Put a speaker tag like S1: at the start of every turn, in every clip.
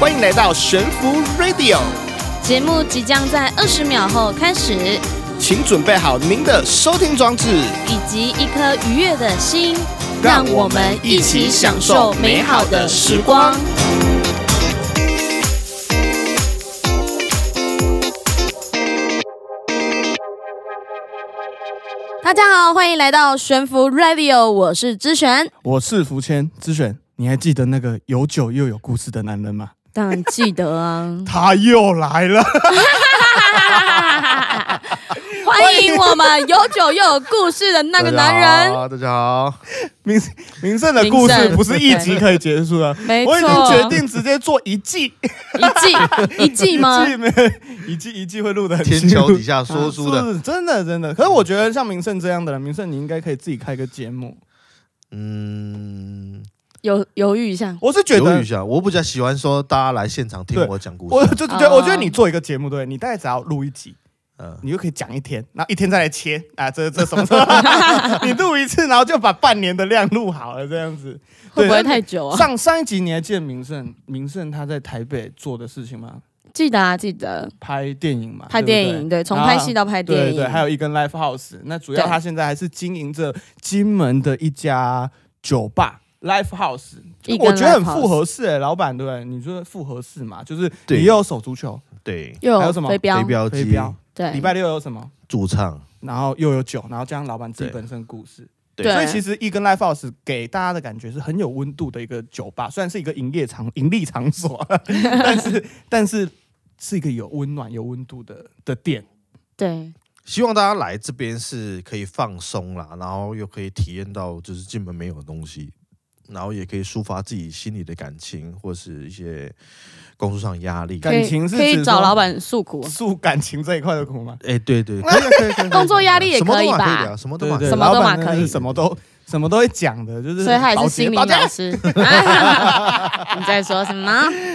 S1: 欢迎来到悬浮 Radio，
S2: 节目即将在二十秒后开始，
S1: 请准备好您的收听装置，
S2: 以及一颗愉悦的心，
S1: 让我们一起享受美好的时光。
S2: 大家好，欢迎来到悬浮 Radio，我是知璇。
S3: 我是福谦之选，你还记得那个有酒又有故事的男人吗？，
S2: 当然记得啊
S3: 他又来了，
S2: 欢迎我们有酒又有故事的那个男人，
S4: 大家好，
S3: 名名胜的故
S2: 名
S3: 事
S2: 胜
S3: 不是一集可以结束的，
S2: 没错
S3: 我已经决定直接做一季，
S2: 一季一季吗
S3: 一？季没一季一季会录的很
S4: 天
S3: 辛
S4: 桥
S3: 苦
S4: 底。下说书
S3: 啊
S4: 的，
S3: 是真的真的，可是我觉得像名胜这样的人，名胜你应该可以自己开个节目。
S4: 嗯，
S2: 犹犹豫一下，
S3: 我是觉
S4: 犹豫
S3: 得
S4: 一，下，我比较喜欢说大家来现场听
S3: 对
S4: 我讲故
S3: 我
S4: 事，
S3: 就觉得，
S2: 哦
S3: 我觉得你做一个节目，对你大概只要录一集，
S4: 嗯，
S3: 你就可以讲一天，然后一天再来切啊，这这什么时 候？你录一次，然后就把半年的量录好了，这样子
S2: 会不会
S3: 对
S2: 太久啊？
S3: 上上一集你还记得明胜明胜他在台北做的事情吗？
S2: 记得啊，记得
S3: 拍电影嘛，
S2: 拍
S3: 对
S2: 电
S3: 不
S2: 影，对，从拍戏
S3: 到
S2: 到拍电
S3: 对
S2: 影，
S3: 对，还有一根 live house，那主要
S2: 对
S3: 他现在还是经营着金门的一家酒吧 live house，
S2: 一根
S3: 我觉得很
S2: live house
S3: 复合式、欸，老板对不对？你说复合式嘛，就是
S4: 对
S3: 你又有手足球，
S4: 对，
S2: 又
S3: 还
S2: 有
S3: 有什么
S2: 飞镖
S4: 飞，镖
S3: 飞
S4: 机
S3: 镖，
S2: 对，
S3: 礼拜六有什么，
S4: 驻唱，
S3: 然后又有酒，然后加上老板自己
S4: 对
S3: 本身故事。
S4: 对
S3: 所以其实一根 live house 给大家的感觉是很有温度的一个酒吧，虽然是一个营业场、盈利场所， 但是但是是一个有温暖、有温度的的店。
S2: 对
S4: 希望大家来这边是可以放松啦，然后又可以体验到就是进门没有的东西，然后也可以抒发自己心里的感情或是一些工作上的压力。
S3: 感
S2: 可以
S3: 情是
S2: 可
S3: 指
S2: 以
S3: 说
S2: 找老板诉苦，
S3: 诉感情这一块的苦 吗？
S4: 哎，对对，可以啊可以可以可以，
S2: 工作压力也
S4: 什么
S2: 可以
S4: 都嘛
S2: 吧
S4: 聊什么都
S3: 对
S4: 嘛
S3: 对，
S2: 什么都
S3: 老
S2: 嘛
S3: 板真的
S2: 可以
S3: 是什么都什么都会讲的，就是
S2: 所以他也
S3: 保
S2: 是
S3: 洁
S2: 心理
S3: 保洁
S2: 老 师。 你在说什么？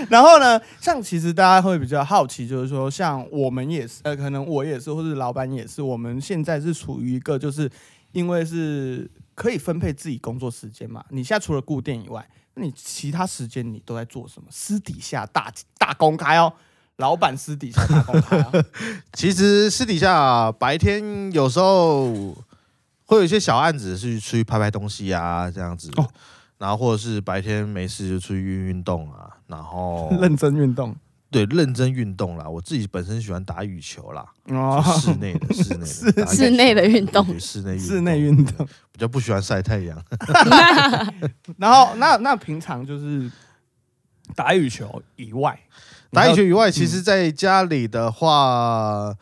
S3: 然后呢，像其实大家会比较好奇，就是说，像我们也是，呃，可能我也是，或是老板也是，我们现在是处于一个，就是因为是可以分配自己工作时间嘛。你现在除了固定以外，那你其他时间你都在做什么？私底下大大公开哦，老板私底下大公开 哦。
S4: 其实私底下白天有时候会有一些小案子，是出去拍拍东西啊，这样子。
S3: 哦
S4: 然后或者是白天没事就出去运运动啊，然后
S3: 认真运动
S4: 对认真运动啦。我自己本身喜欢打羽球啦，
S3: 哦
S4: 就，室内的室内的
S2: 室内的
S4: 打羽球
S2: 运动
S4: 对室内运动
S3: 室内运动。
S4: 比较不喜欢晒太 阳。
S3: 然后那那平常就是打羽球以外，
S4: 打羽球
S3: 你
S4: 以外，其
S3: 嗯
S4: 实在家里的话，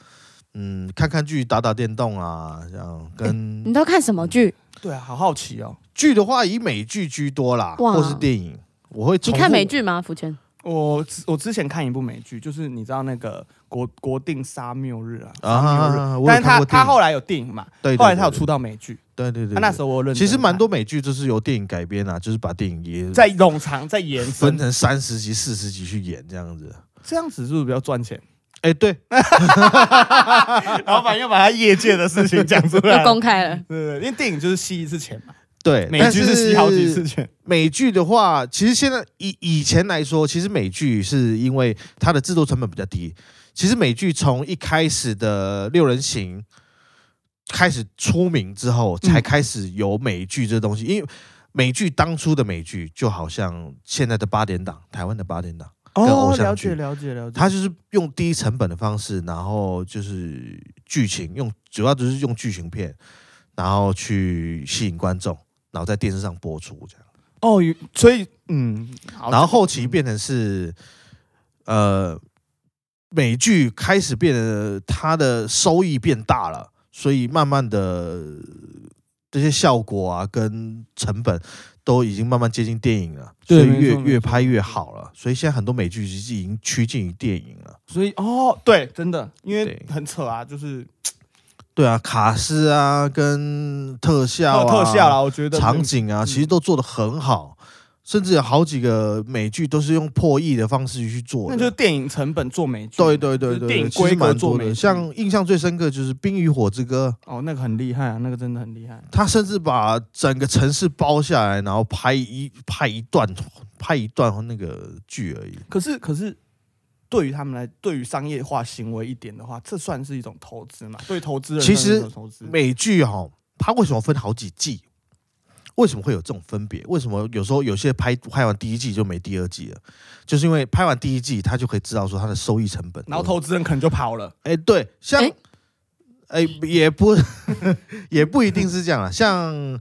S4: 嗯，看看剧、打打电动啊，这样跟
S2: 你都看什么剧？
S3: 还有对啊，好好奇哦。
S4: 剧的话，以美剧居多啦，
S2: 哇
S4: 或是电影，我会
S2: 你
S4: 重复
S2: 看美剧吗？福全
S3: 我之我之前看一部美剧，就是你知道那个国国定杀谬日啊，
S4: 啊
S3: 杀
S4: 啊啊
S3: 谬日，
S4: 我有
S3: 但是
S4: 看
S3: 他他
S4: 过电影
S3: 后来有电影嘛，
S4: 对，对
S3: 后来他有，
S4: 对
S3: 出到美剧，
S4: 对对对
S3: 啊
S4: 对，
S3: 那时候我认真
S4: 其实蛮
S3: 看
S4: 多美剧就是由电影改编啊，就是把电影也
S3: 在冗长在延
S4: 分
S3: 伸，
S4: 成三十集、四十集去演这样子。
S3: 这样子是不是比较赚钱？
S4: 哎，对，
S3: 老板又把他业界的事情讲出
S2: 又
S3: 来了，
S2: 公开了，
S3: 对对，对因为电影就是吸一次钱嘛，
S4: 对，
S3: 美
S4: 但
S3: 剧是吸好几次。钱，
S4: 美剧的话，其实现在以以前来说，其实美剧是因为它的制作成本比较低。其实美剧从一开始的六人行开始出名之后，才开始有美剧这东西。因为美剧当初的美剧，就好像现在的八点档，台湾的八点档， 跟偶
S3: 哦，
S4: 像
S3: 了
S4: 剧
S3: 解了解了解，
S4: 它就是用低成本的方式，然后就是剧情用，主要就是用剧情片，然后去吸引观众，然后在电视上播出这样。
S3: 哦，所以嗯，好
S4: 然后后期变成是，呃，美剧开始变得它的收益变大了，所以慢慢的这些效果啊跟成本都已经慢慢接近电影了，所
S3: 对
S4: 以
S3: 没错
S4: 越
S3: 没错
S4: 越拍越好了。所以现在很多美剧其实已经趋近于电影了。
S3: 所以哦，对，真的，因为
S4: 对
S3: 很扯啊，就是
S4: 对啊，卡斯啊跟特效
S3: 特
S4: 啊、
S3: 哦特效啦，我觉得嗯
S4: 场景啊，其实都做得很好。甚至有好几个美剧都是用破亿的方式去做的，
S3: 那就是电影成本做美剧，
S4: 对对对
S3: 就是
S4: 对，
S3: 电影
S4: 其实
S3: 规格
S4: 蛮
S3: 做
S4: 多
S3: 美
S4: 的。
S3: 剧
S4: 像印象最深刻就是《冰与火之歌
S3: 哦，那个很厉害啊，那个真的很厉害》，。
S4: 他甚至把整个城市包下来，然后拍一拍一段拍一段那个剧而已。
S3: 可是可是，对于他们来，对于商业化行为一点的话，这算是一种投资嘛？对投资人
S4: 其
S3: 算是一
S4: 实
S3: 种投资
S4: 美剧哈、它为什么分好几季？为什么会有这种分别？为什么有时候有些拍拍完第一季就没第二季了？就是因为拍完第一季，他就可以知道说它的收益成本。
S3: 然后投资人可能就跑了。
S4: 哎、对，像
S2: 哎
S4: 哎、也不 也不一定是这样啊。像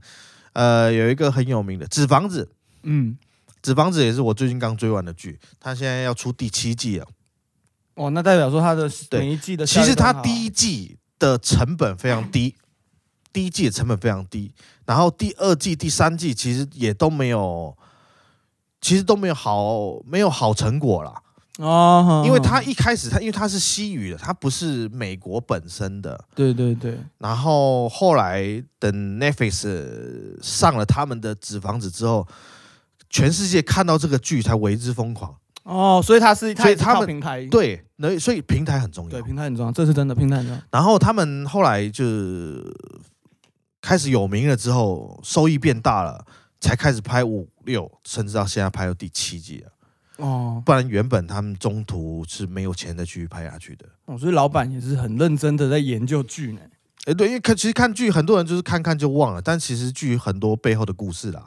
S4: 呃有一个很有名的《纸房子》，
S3: 嗯，
S4: 《纸房子》也是我最近刚追完的剧，它现在要出第七季了。
S3: 哦，那代表说他的
S4: 对
S3: 每一季的
S4: 其实它
S3: 效益都很好
S4: 第一季的成本非常低，第一季的成本非常低，然后第二季、第三季其实也都没有，其实都没有好没有好成果啦。
S3: 哦，
S4: 因为它一开始它因为它是西语的，它不是美国本身的，
S3: 对对对，
S4: 然后后来等 Netflix 上了他们的《纸房子》之后，全世界看到这个剧才为之疯狂。
S3: 哦，所以他是，
S4: 所以
S3: 它也是
S4: 他
S3: 靠
S4: 们
S3: 平台
S4: 对，那所以平台很重要
S3: 嗯对。平台很重要，这是真的，平台很重要。
S4: 然后他们后来就是开始有名了之后，收益变大了，才开始拍五六，甚至到现在拍到第七季了。
S3: 哦，
S4: 不然原本他们中途是没有钱再继续拍下去的。
S3: 哦所以老板也是很认真的在研究剧呢。
S4: 哎，对，因为看其实看剧，很多人就是看看就忘了，但其实剧很多背后的故事啦。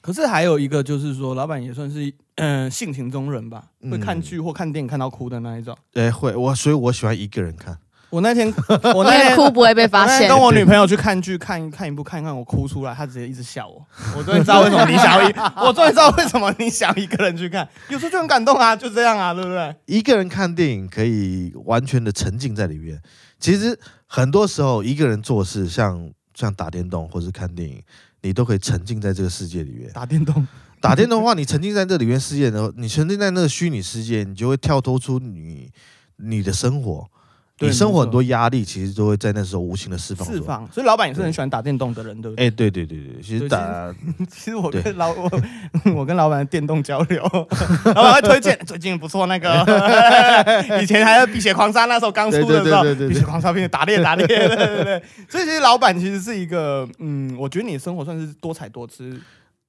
S3: 可是还有一个就是说，老板也算是嗯、呃性情中人吧，
S4: 嗯
S3: 会看剧或看电影看到哭的那一种。
S4: 哎，会我，所以我喜欢一个人看。
S3: 我那天我
S2: 因
S3: 那
S2: 为
S3: 天
S2: 哭不会被发
S3: 我那
S2: 现
S3: 天。跟我女朋友去看剧，看一看一部，看一看我哭出来，她直接一直笑我。我终于知道为什么你想要一， 我终于知道为什么你想要一 个人去看，有时候就很感动啊，就这样啊，对不对？
S4: 一个人看电影可以完全的沉浸在里面。其实很多时候一个人做事，像像打电动或是看电影，你都可以沉浸在这个世界里面。
S3: 打电动，
S4: 打电动的话，你沉浸在这里面世界呢，你沉浸在那个虚拟世界，你就会跳脱出你你的生活。
S3: 对
S4: 你生活很多
S3: 没
S4: 压力，其实都会在那时候无形的释放出来。
S3: 释放，所以老板也是很喜欢打电动的人，对不对？
S4: 哎、对对对对，其实
S3: 对
S4: 打
S3: 其实我
S4: 对
S3: 跟老我 我跟老板的电动交流， 老板会推荐最近不错那个， 以前还在《辟邪狂杀》那时候刚出的时候，
S4: 对对对对对对
S3: 辟邪狂杀》片打猎打猎，对对对。所以其实老板其实是一个，嗯，我觉得你的生活算是多彩多姿，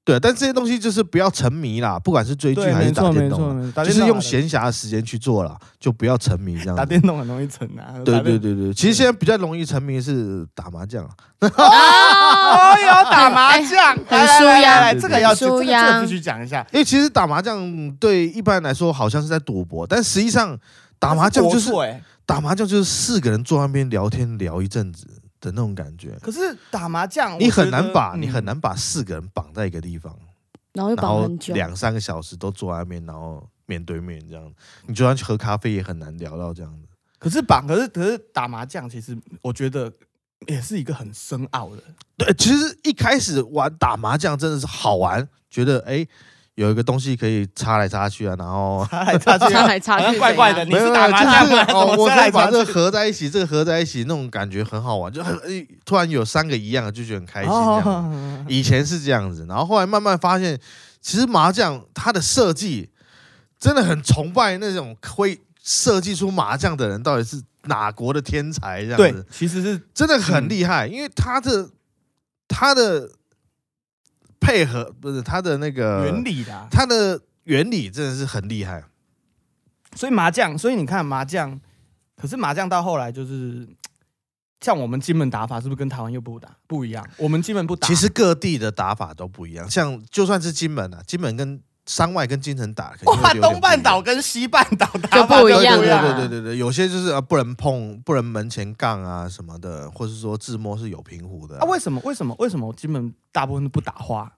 S4: 对，但这些东西就是不要沉迷啦，不管是追剧还是打电动啊，
S3: 没错
S4: 就是用闲暇的时间去做啦，就不要沉迷这样子。
S3: 打电动很容易沉啊，
S4: 对
S3: 打
S4: 对
S3: 电。
S4: 对对，其实现在比较容易沉迷是打麻将，
S2: 啊
S3: 哦有打麻
S2: 哎
S3: 将，
S2: 很
S3: 来来来
S2: 舒压
S3: 来来这个要这
S2: 很舒
S3: 个这
S2: 压
S3: 个必须讲一下。
S4: 因为其实打麻将对一般人来说好像是在赌博，但实际上打麻将就
S3: 这
S4: 是
S3: 国粹
S4: 打麻将就是四个人坐那边聊天聊一阵子的那种感觉，
S3: 可是打麻将
S4: 你很难把你
S3: 难。嗯
S4: 很难把四个人绑在一个地方，
S2: 然后又
S4: 然
S2: 绑
S4: 后
S2: 很久，
S4: 两三个小时都坐在那边，然后面对面这样，你就算去喝咖啡也很难聊到这样子。
S3: 可是绑，可是可是打麻将，其实我觉得也是一个很深奥的。
S4: 对，其实一开始玩打麻将真的是好玩，觉得哎、有一个东西可以插来插去啊，然后
S3: 他来他 去，
S2: 插来插去
S3: 好像怪怪的。
S2: 怎
S3: 你是打麻将
S4: 没
S3: 吗？
S4: 有就是
S3: 怎
S4: 哦，
S3: 么
S4: 我
S3: 插
S4: 可
S3: 来
S4: 以把
S3: 插
S4: 这个
S3: 去？
S4: 合在一起，这个合在一起，那种感觉很好玩，就很、哎突然有三个一样的，就觉得很开心这样子。
S3: 哦
S4: 以前是这样子，然后后来慢慢发现，其实麻将它的设计真的很崇拜那种会设计出麻将的人到底是哪国的天才这样
S3: 对
S4: 子，，
S3: 其实是
S4: 真的很厉害，因为他的他的配合不是他的那个
S3: 原，理的啊，
S4: 他的原理真的是很厉害。
S3: 所以麻将，所以你看麻将，可是麻将到后来就是。像我们金门打法是不是跟台湾又不打不一样？我们金门不打，
S4: 其实各地的打法都不一样，像就算是金门啊，金门跟山外跟金城打，肯定会
S3: 哇，
S4: 有点
S3: 东半
S4: 不一样
S3: 岛跟西半岛打
S2: 就
S3: 法
S2: 不
S3: 都
S2: 一样
S3: 不
S4: 对
S2: 啊
S4: 对对对对，有些就是啊，不能碰，不能门前杠啊什么的，或是说自摸是有平湖的
S3: 啊，为什么？为什么？为什么金门大部分都不打花？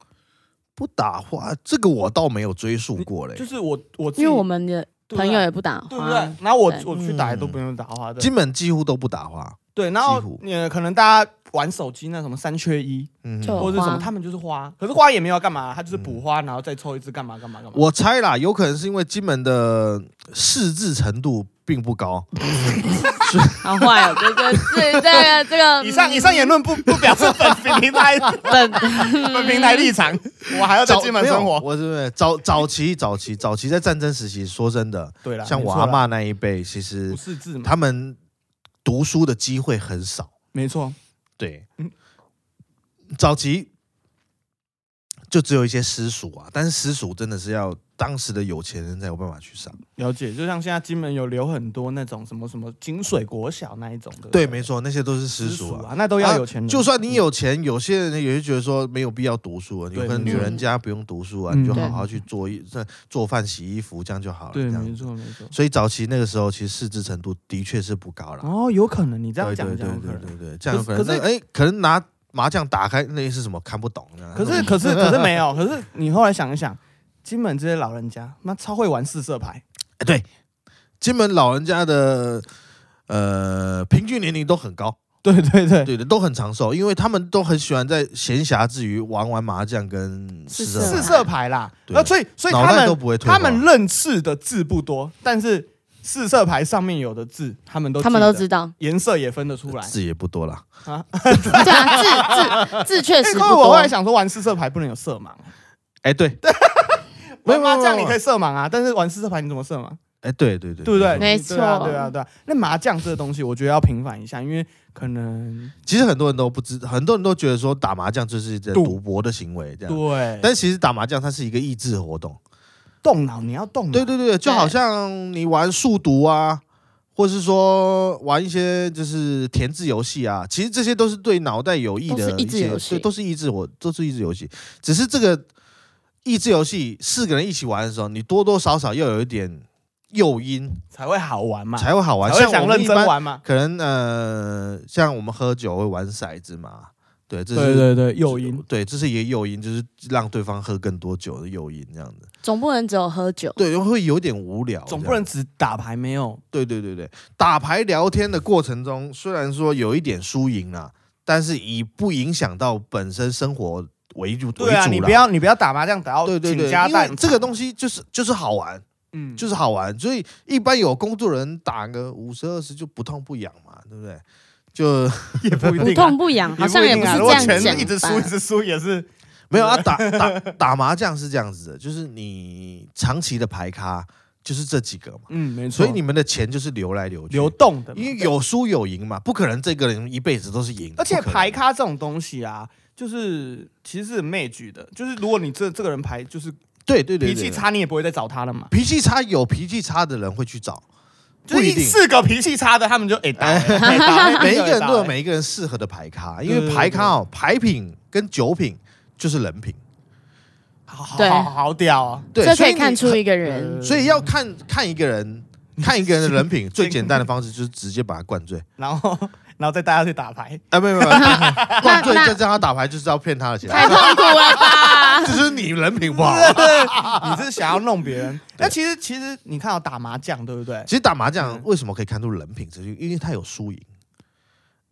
S4: 不打花，这个我倒没有追溯过嘞。
S3: 就是我我自己
S2: 因为我们的
S3: 对不
S2: 朋
S3: 对
S2: 友也不打
S3: 对不
S2: 花
S3: 对，？啊然后我
S2: 对
S3: 我去打也都
S4: 嗯
S3: 不用打花的，
S4: 金门几乎都不打花，
S3: 对，然后
S4: 几乎
S3: 呃，可能大家玩手机那什么三缺一，
S4: 嗯，
S2: 就
S3: 或者是什么，
S2: 花
S3: 他们就是花，可是花也没有要干嘛，他就是补花，然后再抽一支干嘛干嘛干嘛。
S4: 我猜啦，有可能是因为金门的识字程度并不高，
S2: 好坏哦，这个这这个这个
S3: 以
S4: 嗯
S3: 上以上言论不不 表示本平台
S2: 本
S3: 本平台立场，我还要在金门
S4: 没有
S3: 生活。
S4: 我是不是早早期早期早期在战争时期，说真的，
S3: 对了，
S4: 像我
S3: 没错
S4: 阿
S3: 啦
S4: 嬷那一辈，其
S3: 不
S4: 实
S3: 识字嘛，
S4: 他们读书的机会很少。
S3: 没错，
S4: 对，
S3: 嗯
S4: 早期就只有一些私塾啊，但是私塾真的是要当时的有钱人才有办法去上。
S3: 了解，就像现在金门有留很多那种什么什么金水国小那一种的，
S4: 对，
S3: 不
S4: 没错，那些都是私
S3: 私
S4: 塾
S3: 塾
S4: 啊。
S3: 啊，那都要有钱人。
S4: 就算你有钱，有些人也会觉得说没有必要读书啊，有
S3: 对
S4: 可能
S3: 没
S4: 女
S2: 错
S4: 人家不用读书啊，
S3: 嗯
S4: 你就好好去做一做做饭、洗衣服，这样就好了。
S3: 对，
S4: 啊这
S3: 没
S4: 样，
S3: 错没错。
S4: 所以早期那个时候其实识字程度的确是不高啦。
S3: 哦，有可能你这样讲
S4: 对
S3: 这
S4: 对
S3: 样
S4: 对
S3: 可
S4: 对
S3: 能。
S4: 对对，这样
S3: 可
S4: 可
S3: 是
S4: 能那哎，可能拿麻将打开那是什么看不懂啊。
S3: 可是 可是可是没有，可是你后来想一想，金门这些老人家，妈超会玩四色牌，
S4: 哎对，金门老人家的呃平均年龄都很高，
S3: 对对对，
S4: 对的，都很长寿，因为他们都很喜欢在闲暇之余玩玩麻将跟
S2: 是
S4: 四
S2: 对是
S3: 四
S4: 色牌，
S3: 色牌啦。
S4: 啊对
S3: 那所以所以
S4: 脑
S3: 他
S4: 袋都
S3: 们
S4: 不会退化。
S3: 他们认识的字不多，但是四色牌上面有的字，他们都
S2: 他们都
S3: 记得
S2: 知道，
S3: 颜色也分得出来。
S4: 字也不多啦。
S2: 对啊，字字字确
S3: 哎，
S2: 实
S3: 因
S2: 不
S3: 为我后
S2: 多
S3: 来。想说，玩四色牌不能有色盲，
S4: 哎，对，
S3: 玩
S4: 没有
S3: 麻
S4: 没有
S3: 将
S4: 没
S3: 你
S4: 有
S3: 可以色盲啊，但是玩四色牌你怎么色盲？
S4: 哎，对对对，
S3: 对不对？
S2: 没
S3: 对啊，
S2: 错
S3: 对啊，对啊。那麻将这个东西，我觉得要平反一下，因为可能
S4: 其实很多人都不知，很多人都觉得说打麻将就是一个
S3: 赌
S4: 赌博的行为这样，
S3: 对，
S4: 但其实打麻将它是一个益智活动。
S3: 动脑你要动脑，
S4: 对对对，就好像你玩数独啊，或是说玩一些就是填字游戏啊，其实这些都是对脑袋有益的
S2: 都是益
S4: 一
S2: 智
S4: 些
S2: 游，戏
S4: 对，都是益智活，都是益智游戏。只是这个益智游戏四个人一起玩的时候，你多多少少要有一点诱因
S3: 才会好玩嘛，
S4: 才会好玩，
S3: 才会
S4: 像
S3: 想
S4: 我们
S3: 认
S4: 一
S3: 真
S4: 般
S3: 玩嘛。
S4: 可能呃，像我们喝酒会玩骰子嘛，对，这是
S3: 对对对，诱因。
S4: 对，这是一个诱因，就是让对方喝更多酒的诱因，这样子，
S2: 总不能只有喝酒，
S4: 对，会有点无聊，
S3: 总
S4: 这
S3: 不
S4: 样
S3: 能只打牌没有，
S4: 对对对对，打牌聊天的过程中，虽然说有一点输赢啦，但是以不影响到本身生活为主
S3: 对啊，
S4: 为主啦
S3: 你不要你不要打麻将打到
S4: 对对对，
S3: 倾家
S4: 因
S3: 荡
S4: 为
S3: 产，
S4: 这个东西就是就是好玩，
S3: 嗯
S4: 就是好玩，所以一般有工作人打个五十二十就不痛不痒嘛，对不对？就
S3: 也不一
S2: 不
S3: 定啊，
S2: 痛不痒，好像
S3: 也
S2: 也
S3: 不一
S2: 不是
S3: 定啊
S2: 这样
S3: 如果钱一直
S2: 讲
S3: 输一
S2: 吧。
S3: 直输也是
S4: 没有啊， 打打打麻将是这样子的，就是你长期的牌咖就是这几个嘛，
S3: 嗯没
S4: 所以你们的钱就是流来流去，
S3: 流动的嘛，
S4: 因为有输有赢嘛，不可能这个人一辈子都是赢，
S3: 而且
S4: 不可能
S3: 牌咖这种东西啊，就是其实是 match 的，就是如果你这这个人牌就是
S4: 对对对
S3: 脾
S4: 对
S3: 气差，你也不会再找他了嘛。
S4: 脾气差有脾气差的人会去找，
S3: 就
S4: 不
S3: 是
S4: 一
S3: 一
S4: 定。
S3: 四个脾气差的，他们就哎 打欸欸打，
S4: 每一个人都有
S3: 欸
S4: 每一个人适合的牌咖，因
S3: 对对
S4: 为
S3: 对
S4: 牌咖哦，牌品跟酒品就是人品，
S3: 好好
S2: 对
S3: 好好屌啊！
S4: 对，
S2: 这
S4: 所
S2: 可
S4: 以
S2: 以
S4: 你
S2: 看出一个人
S3: 呃
S4: 所以要看看一 个人，看一个人的人品，最简单的方式就是直接把他灌 醉。
S3: 然后然后再带他去打牌，
S4: 啊，没有没有，没有灌醉
S2: 那
S4: 就让他打牌，就是要骗他的钱，
S2: 太痛苦了 吧？
S4: 这 就是你人品不好。
S3: 你是想要弄别人？那其实其实你看到哦打麻将对不对？
S4: 其实打麻
S3: 嗯
S4: 将为什么可以看出人品，这就因为他有输赢。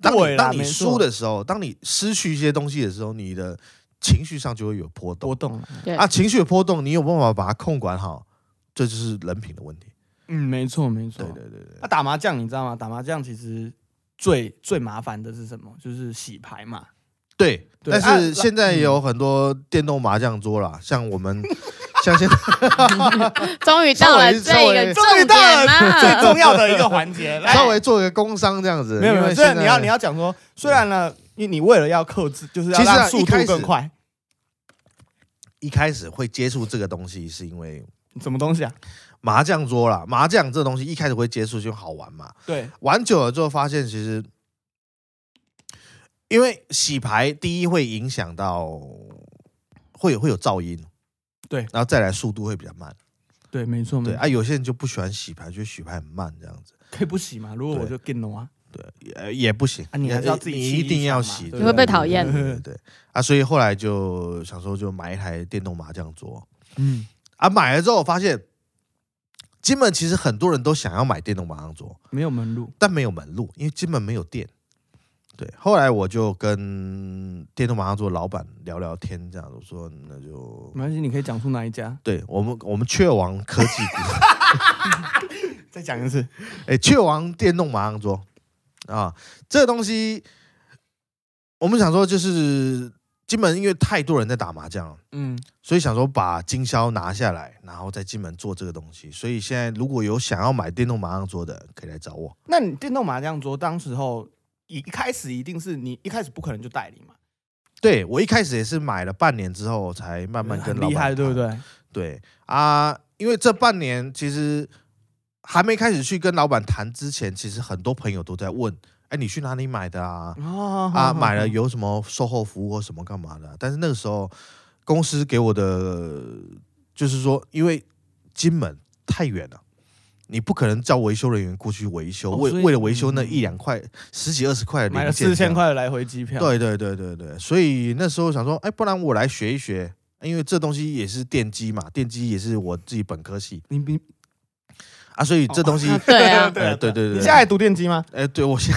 S4: 当
S3: 对
S4: 你
S3: 啦
S4: 当你
S3: 没错
S4: 输的时候，当你失去一些东西的时候，你的情绪上就会有波动
S3: 波动了，
S2: 对
S4: 啊，情绪的波动，你有办法把它控管好，这就是人品的问题。
S3: 嗯，没错没错
S4: 对。对对对，
S3: 那打麻将你知道吗？打麻将其实最最麻烦的是什么？就是洗牌嘛。
S4: 对。
S3: 对
S4: 但
S3: 啊
S4: 是现在也有很多电动麻将桌啦，像我 们，像现在
S2: 终于到了这
S4: 稍
S2: 个
S4: 微
S3: 终于
S2: 重
S3: 到
S2: 点啊
S3: 了 最
S2: 啦，
S3: 重要的一个环 节，来
S4: 稍微做一个工商这样子，
S3: 哎没有没
S4: 因
S3: 有，
S4: 为
S3: 这
S4: 现在
S3: 你要你要讲说，虽然呢，你你为了要克制，就是要
S4: 其实啊
S3: 让速
S4: 一开
S3: 度
S4: 始
S3: 更快，
S4: 一开始会接触这个东西，是因为
S3: 什么东西啊？
S4: 麻将桌啦，麻将这东西一开始会接触就好玩嘛，
S3: 对，
S4: 玩久了之后发现，其实因为洗牌，第一会影响到会有会有噪音，
S3: 对
S4: 然后再来速度会比较慢，
S3: 对，没错，没
S4: 对
S3: 错，
S4: 啊，有些人就不喜欢洗牌，觉得洗牌很慢这样子，
S3: 可以不洗嘛？如果我
S4: 对
S3: 就更了啊，
S4: 呃，也不行，
S3: 啊你还是要自己
S4: 你
S3: 洗
S4: 一定要
S3: 一场嘛
S4: 洗，
S3: 对
S2: 你会被讨厌
S4: 对对对对啊，所以后来就想说，就买一台电动麻将桌
S3: 嗯，
S4: 啊，买了之后发现，金门其实很多人都想要买电动麻将桌，
S3: 没有门路，
S4: 但没有门路，因为金门没有店。对，后来我就跟电动麻将桌老板聊聊天，这样我说那就
S3: 没关系，你可以讲出哪一家？
S4: 对我们我们雀王科技股，
S3: 再讲一次，
S4: 哎，雀王电动麻将桌啊，这个东西我们想说就是金门因为太多人在打麻将了。
S3: 嗯，
S4: 所以想说把经销拿下来，然后在金门做这个东西。所以现在如果有想要买电动麻将桌的，可以来找我。
S3: 那你电动麻将桌当时候一一开始一定是你一开始不可能就代理嘛？
S4: 对我一开始也是买了半年之后才慢慢跟
S3: 很
S4: 老板
S3: 厉害，对不
S4: 谈？
S3: 对？
S4: 对啊，因为这半年其实还没开始去跟老板谈之前，其实很多朋友都在问：“哎，你去哪里买的啊？
S3: 啊
S4: 啊，买了有什么售后服务或什么干嘛的啊、但是那个时候公司给我的就是说，因为金门太远了。你不可能叫维修人员过去维修，
S3: 哦
S4: 为
S3: 所以
S4: 为了维修那
S3: 嗯
S4: 一两块、十几二十块的
S3: 买
S4: 零
S3: 了
S4: 件，
S3: 四千。块的来回机票，，
S4: 对对对对对，所以那时候想说，哎，不然我来学一学，因为这东西也是电机嘛，电机也是我自己本科系
S3: 你你
S4: 啊，所以这东
S2: 哦
S4: 西，
S1: 对啊
S4: 哎对对对
S3: 你现在还读电机吗？
S4: 哎，对我现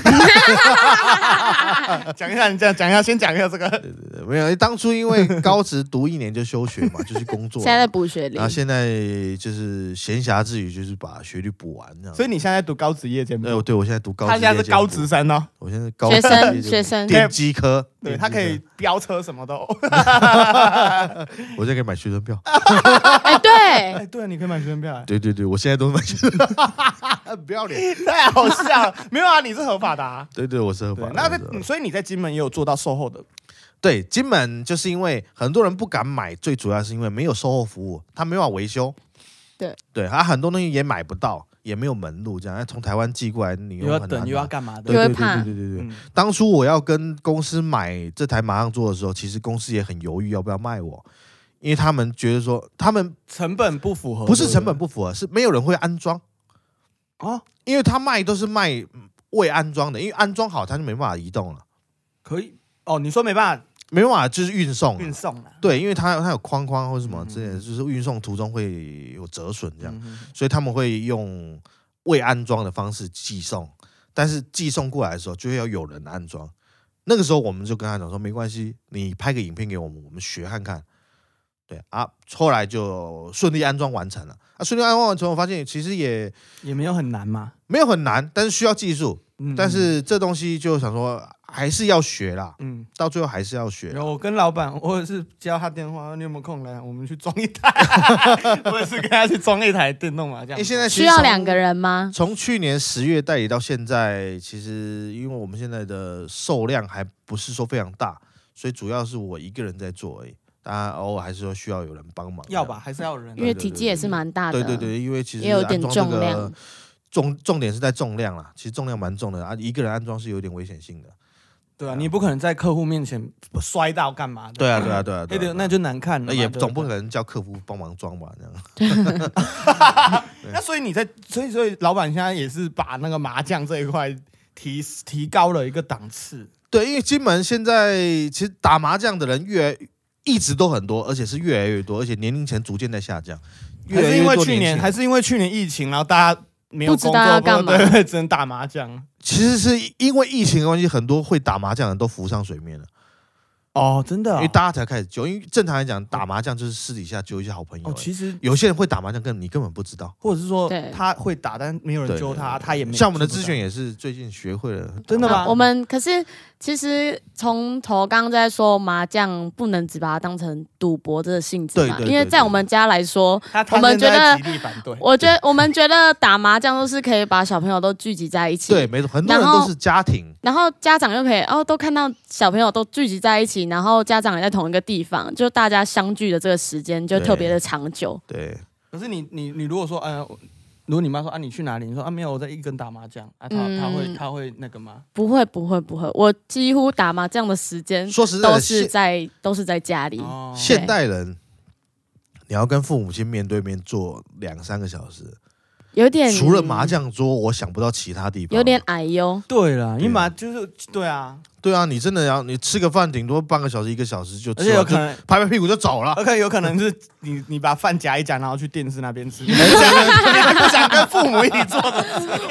S3: 讲一下，你这样讲一下，先讲一下这个。
S4: 在没有，当初因为高职读一年就休学嘛，就去工 作
S2: 现
S4: 了，
S2: 在在补学历
S4: 然，后啊现在就是闲暇之余，就是把学历补完这样。
S3: 所以你现在读高职夜间部
S4: 对，，对我现在读高职，
S3: 他现在是高职，生哦，
S4: 我现在是高
S2: 学
S4: 职
S2: 生
S4: 业界
S2: 学生
S4: 电机科，
S3: 对
S4: 电
S3: 他
S4: 机
S3: 可以
S4: 科，
S3: 飙车什 么都。
S4: 我现在可以买学 生票。
S2: 哎，对，
S3: 哎，对，你可以买学生票，哎
S4: 对对对，我现在都买学生，不要脸。
S3: 太好笑了。没有啊，你是合法的啊。
S4: 对对，我是合
S3: 对
S4: 法，的。
S3: 那
S4: 我
S3: 在嗯
S4: 是合法的
S3: 所以你在金门也有做到售后的，
S4: 对，金门就是因为很多人不敢买，最主要是因为没有售后服务，他没有办法维修。
S2: 对
S4: 对，他很多东西也买不到，也没有门路，这样哎从台湾寄过来，你
S3: 又要
S4: 很
S3: 等
S4: 难
S3: 又要
S4: 拿
S3: 干嘛的
S4: 对？
S2: 又
S4: 对
S2: 会
S4: 对
S2: 怕
S4: 对对对对。
S3: 嗯
S4: 当初我要跟公司买这台麻将桌的时候，其实公司也很犹豫要不要卖我，因为他们觉得说他们
S3: 成本不符合，
S4: 不是成本不符合，是没有人会安装，
S3: 啊，
S4: 因为他卖都是卖嗯未安装的，因为安装好他就没办法移动了，
S3: 可以哦。你说没办法
S4: 没办法就是运送了
S3: 运送啊？
S4: 对，因为它它有框框或什么之类的，就是运送途中会有折损这样，
S3: 嗯嗯
S4: 所以他们会用未安装的方式寄送，但是寄送过来的时候就会要有人安装。那个时候我们就跟他讲说，没关系，你拍个影片给我们，我们学看看。对啊，后来就顺利安装完成了。啊，顺利安装完成，我发现其实也
S3: 也没有很难嘛。
S4: 没有很难，但是需要技术。
S3: 嗯
S4: 但是这东西就想说还是要学啦，
S3: 嗯，
S4: 到最后还是要学。
S3: 然后我跟老板，我也是接到他电话，你有没有空来？我们去装一台， 我也是跟他去装一台电动麻将。
S4: 因为现在其实
S2: 需要
S4: 从
S2: 两个人吗？
S4: 从去年十月代理到现在，其实因为我们现在的售量还不是说非常大，所以主要是我一个人在做而已。当然，偶尔还是说需要有人帮忙。
S3: 要吧，还是要有人啊
S2: 因为体积也是蛮大
S4: 这
S2: 的，
S4: 样？对对对，因为其实
S2: 也有点
S4: 安装这
S2: 重
S4: 个
S2: 量，
S4: 重重点是在重量啦。其实重量蛮重的啊，一个人安装是有点危险性的。
S3: 对啊，你不可能在客户面前摔到干嘛的。
S4: 对啊，对啊，对啊，
S3: 那
S4: 对
S3: 就
S4: 啊。
S3: 那就难看了
S4: 那
S3: 嘛。
S4: 也
S3: 对对
S4: 总不可能叫客服帮忙装吧？这样
S3: 那所以你在，所以所以老板现在也是把那个麻将这一块提提高了一个档次。
S4: 对，因为金门现在其实打麻将的人越来一直都很多，而且是越来越多，而且年龄层逐渐在下降。
S3: 还
S4: 越来
S3: 是
S4: 越
S3: 因为
S4: 多
S3: 去
S4: 年轻
S3: 年，
S4: 人
S3: 还是因为去年疫情，然后大家没有
S2: 不知
S3: 工
S2: 道
S3: 作，
S2: 要
S3: 不
S2: 干嘛
S3: 对，只能打麻将。
S4: 其实是因为疫情的关系，很多会打麻将的人都浮上水面了，
S3: 哦，真的
S4: 因
S3: 啊
S4: 为大家才开始揪。因为正常来讲，打麻将就是私底下揪一些好朋友、
S3: 哦，其实
S4: 有些人会打麻将，根本你根本不知道。
S3: 或者是说
S2: 对
S3: 他会打，但没有人
S4: 对
S3: 揪他，
S4: 对对
S3: 他也没
S4: 像我们的
S3: 知
S4: 资
S3: 道
S4: 源也是最近学会了，
S3: 真的吗
S2: 啊我们可是其实从头刚刚在说麻将不能只把它当成赌博这个性质嘛
S4: 对，对
S2: 因为
S4: 对
S2: 在
S4: 对
S2: 我们家来说，
S3: 他他
S2: 我们
S3: 现在
S2: 觉
S3: 极力反对，
S2: 我觉得我们觉得打麻将都是可以把小朋友都聚集在一起，
S4: 对，没错，很多人
S2: 然后
S4: 都是家庭，
S2: 然后家长又可以哦，都看到小朋友都聚集在一起，然后家长也在同一个地方，就大家相聚的这个时间就特别的长久。
S4: 对
S3: 可是你你你如果说，嗯、如果你妈说啊，你去哪里？你说啊，没有，我在一根打麻将啊，他他会
S2: 嗯
S3: 他会那个吗？
S2: 不会，不会，不会，我几乎打麻将的时
S3: 嗯
S2: 间
S4: 说实在
S2: 都
S4: 的，
S2: 是
S4: 现
S2: 在都是在家里。
S3: 哦，
S4: 现代人，你要跟父母亲面对面坐两三个小时，
S2: 有点
S4: 除了麻，将桌，我想不到其他地方。
S2: 有点矮哟。
S3: 对了，
S4: 对
S3: 因为嘛就是对啊，
S4: 对啊，你真的要你吃个饭，顶多半个小时一个小时就
S3: 而
S4: 吃
S3: 且有
S4: 完，
S3: 可
S4: 就
S3: 能，
S4: 拍拍屁股就走了。
S3: 而且有可能是你你把饭夹一夹，然后去电视那边 吃，
S4: 没错
S3: 你不想跟父母一起做的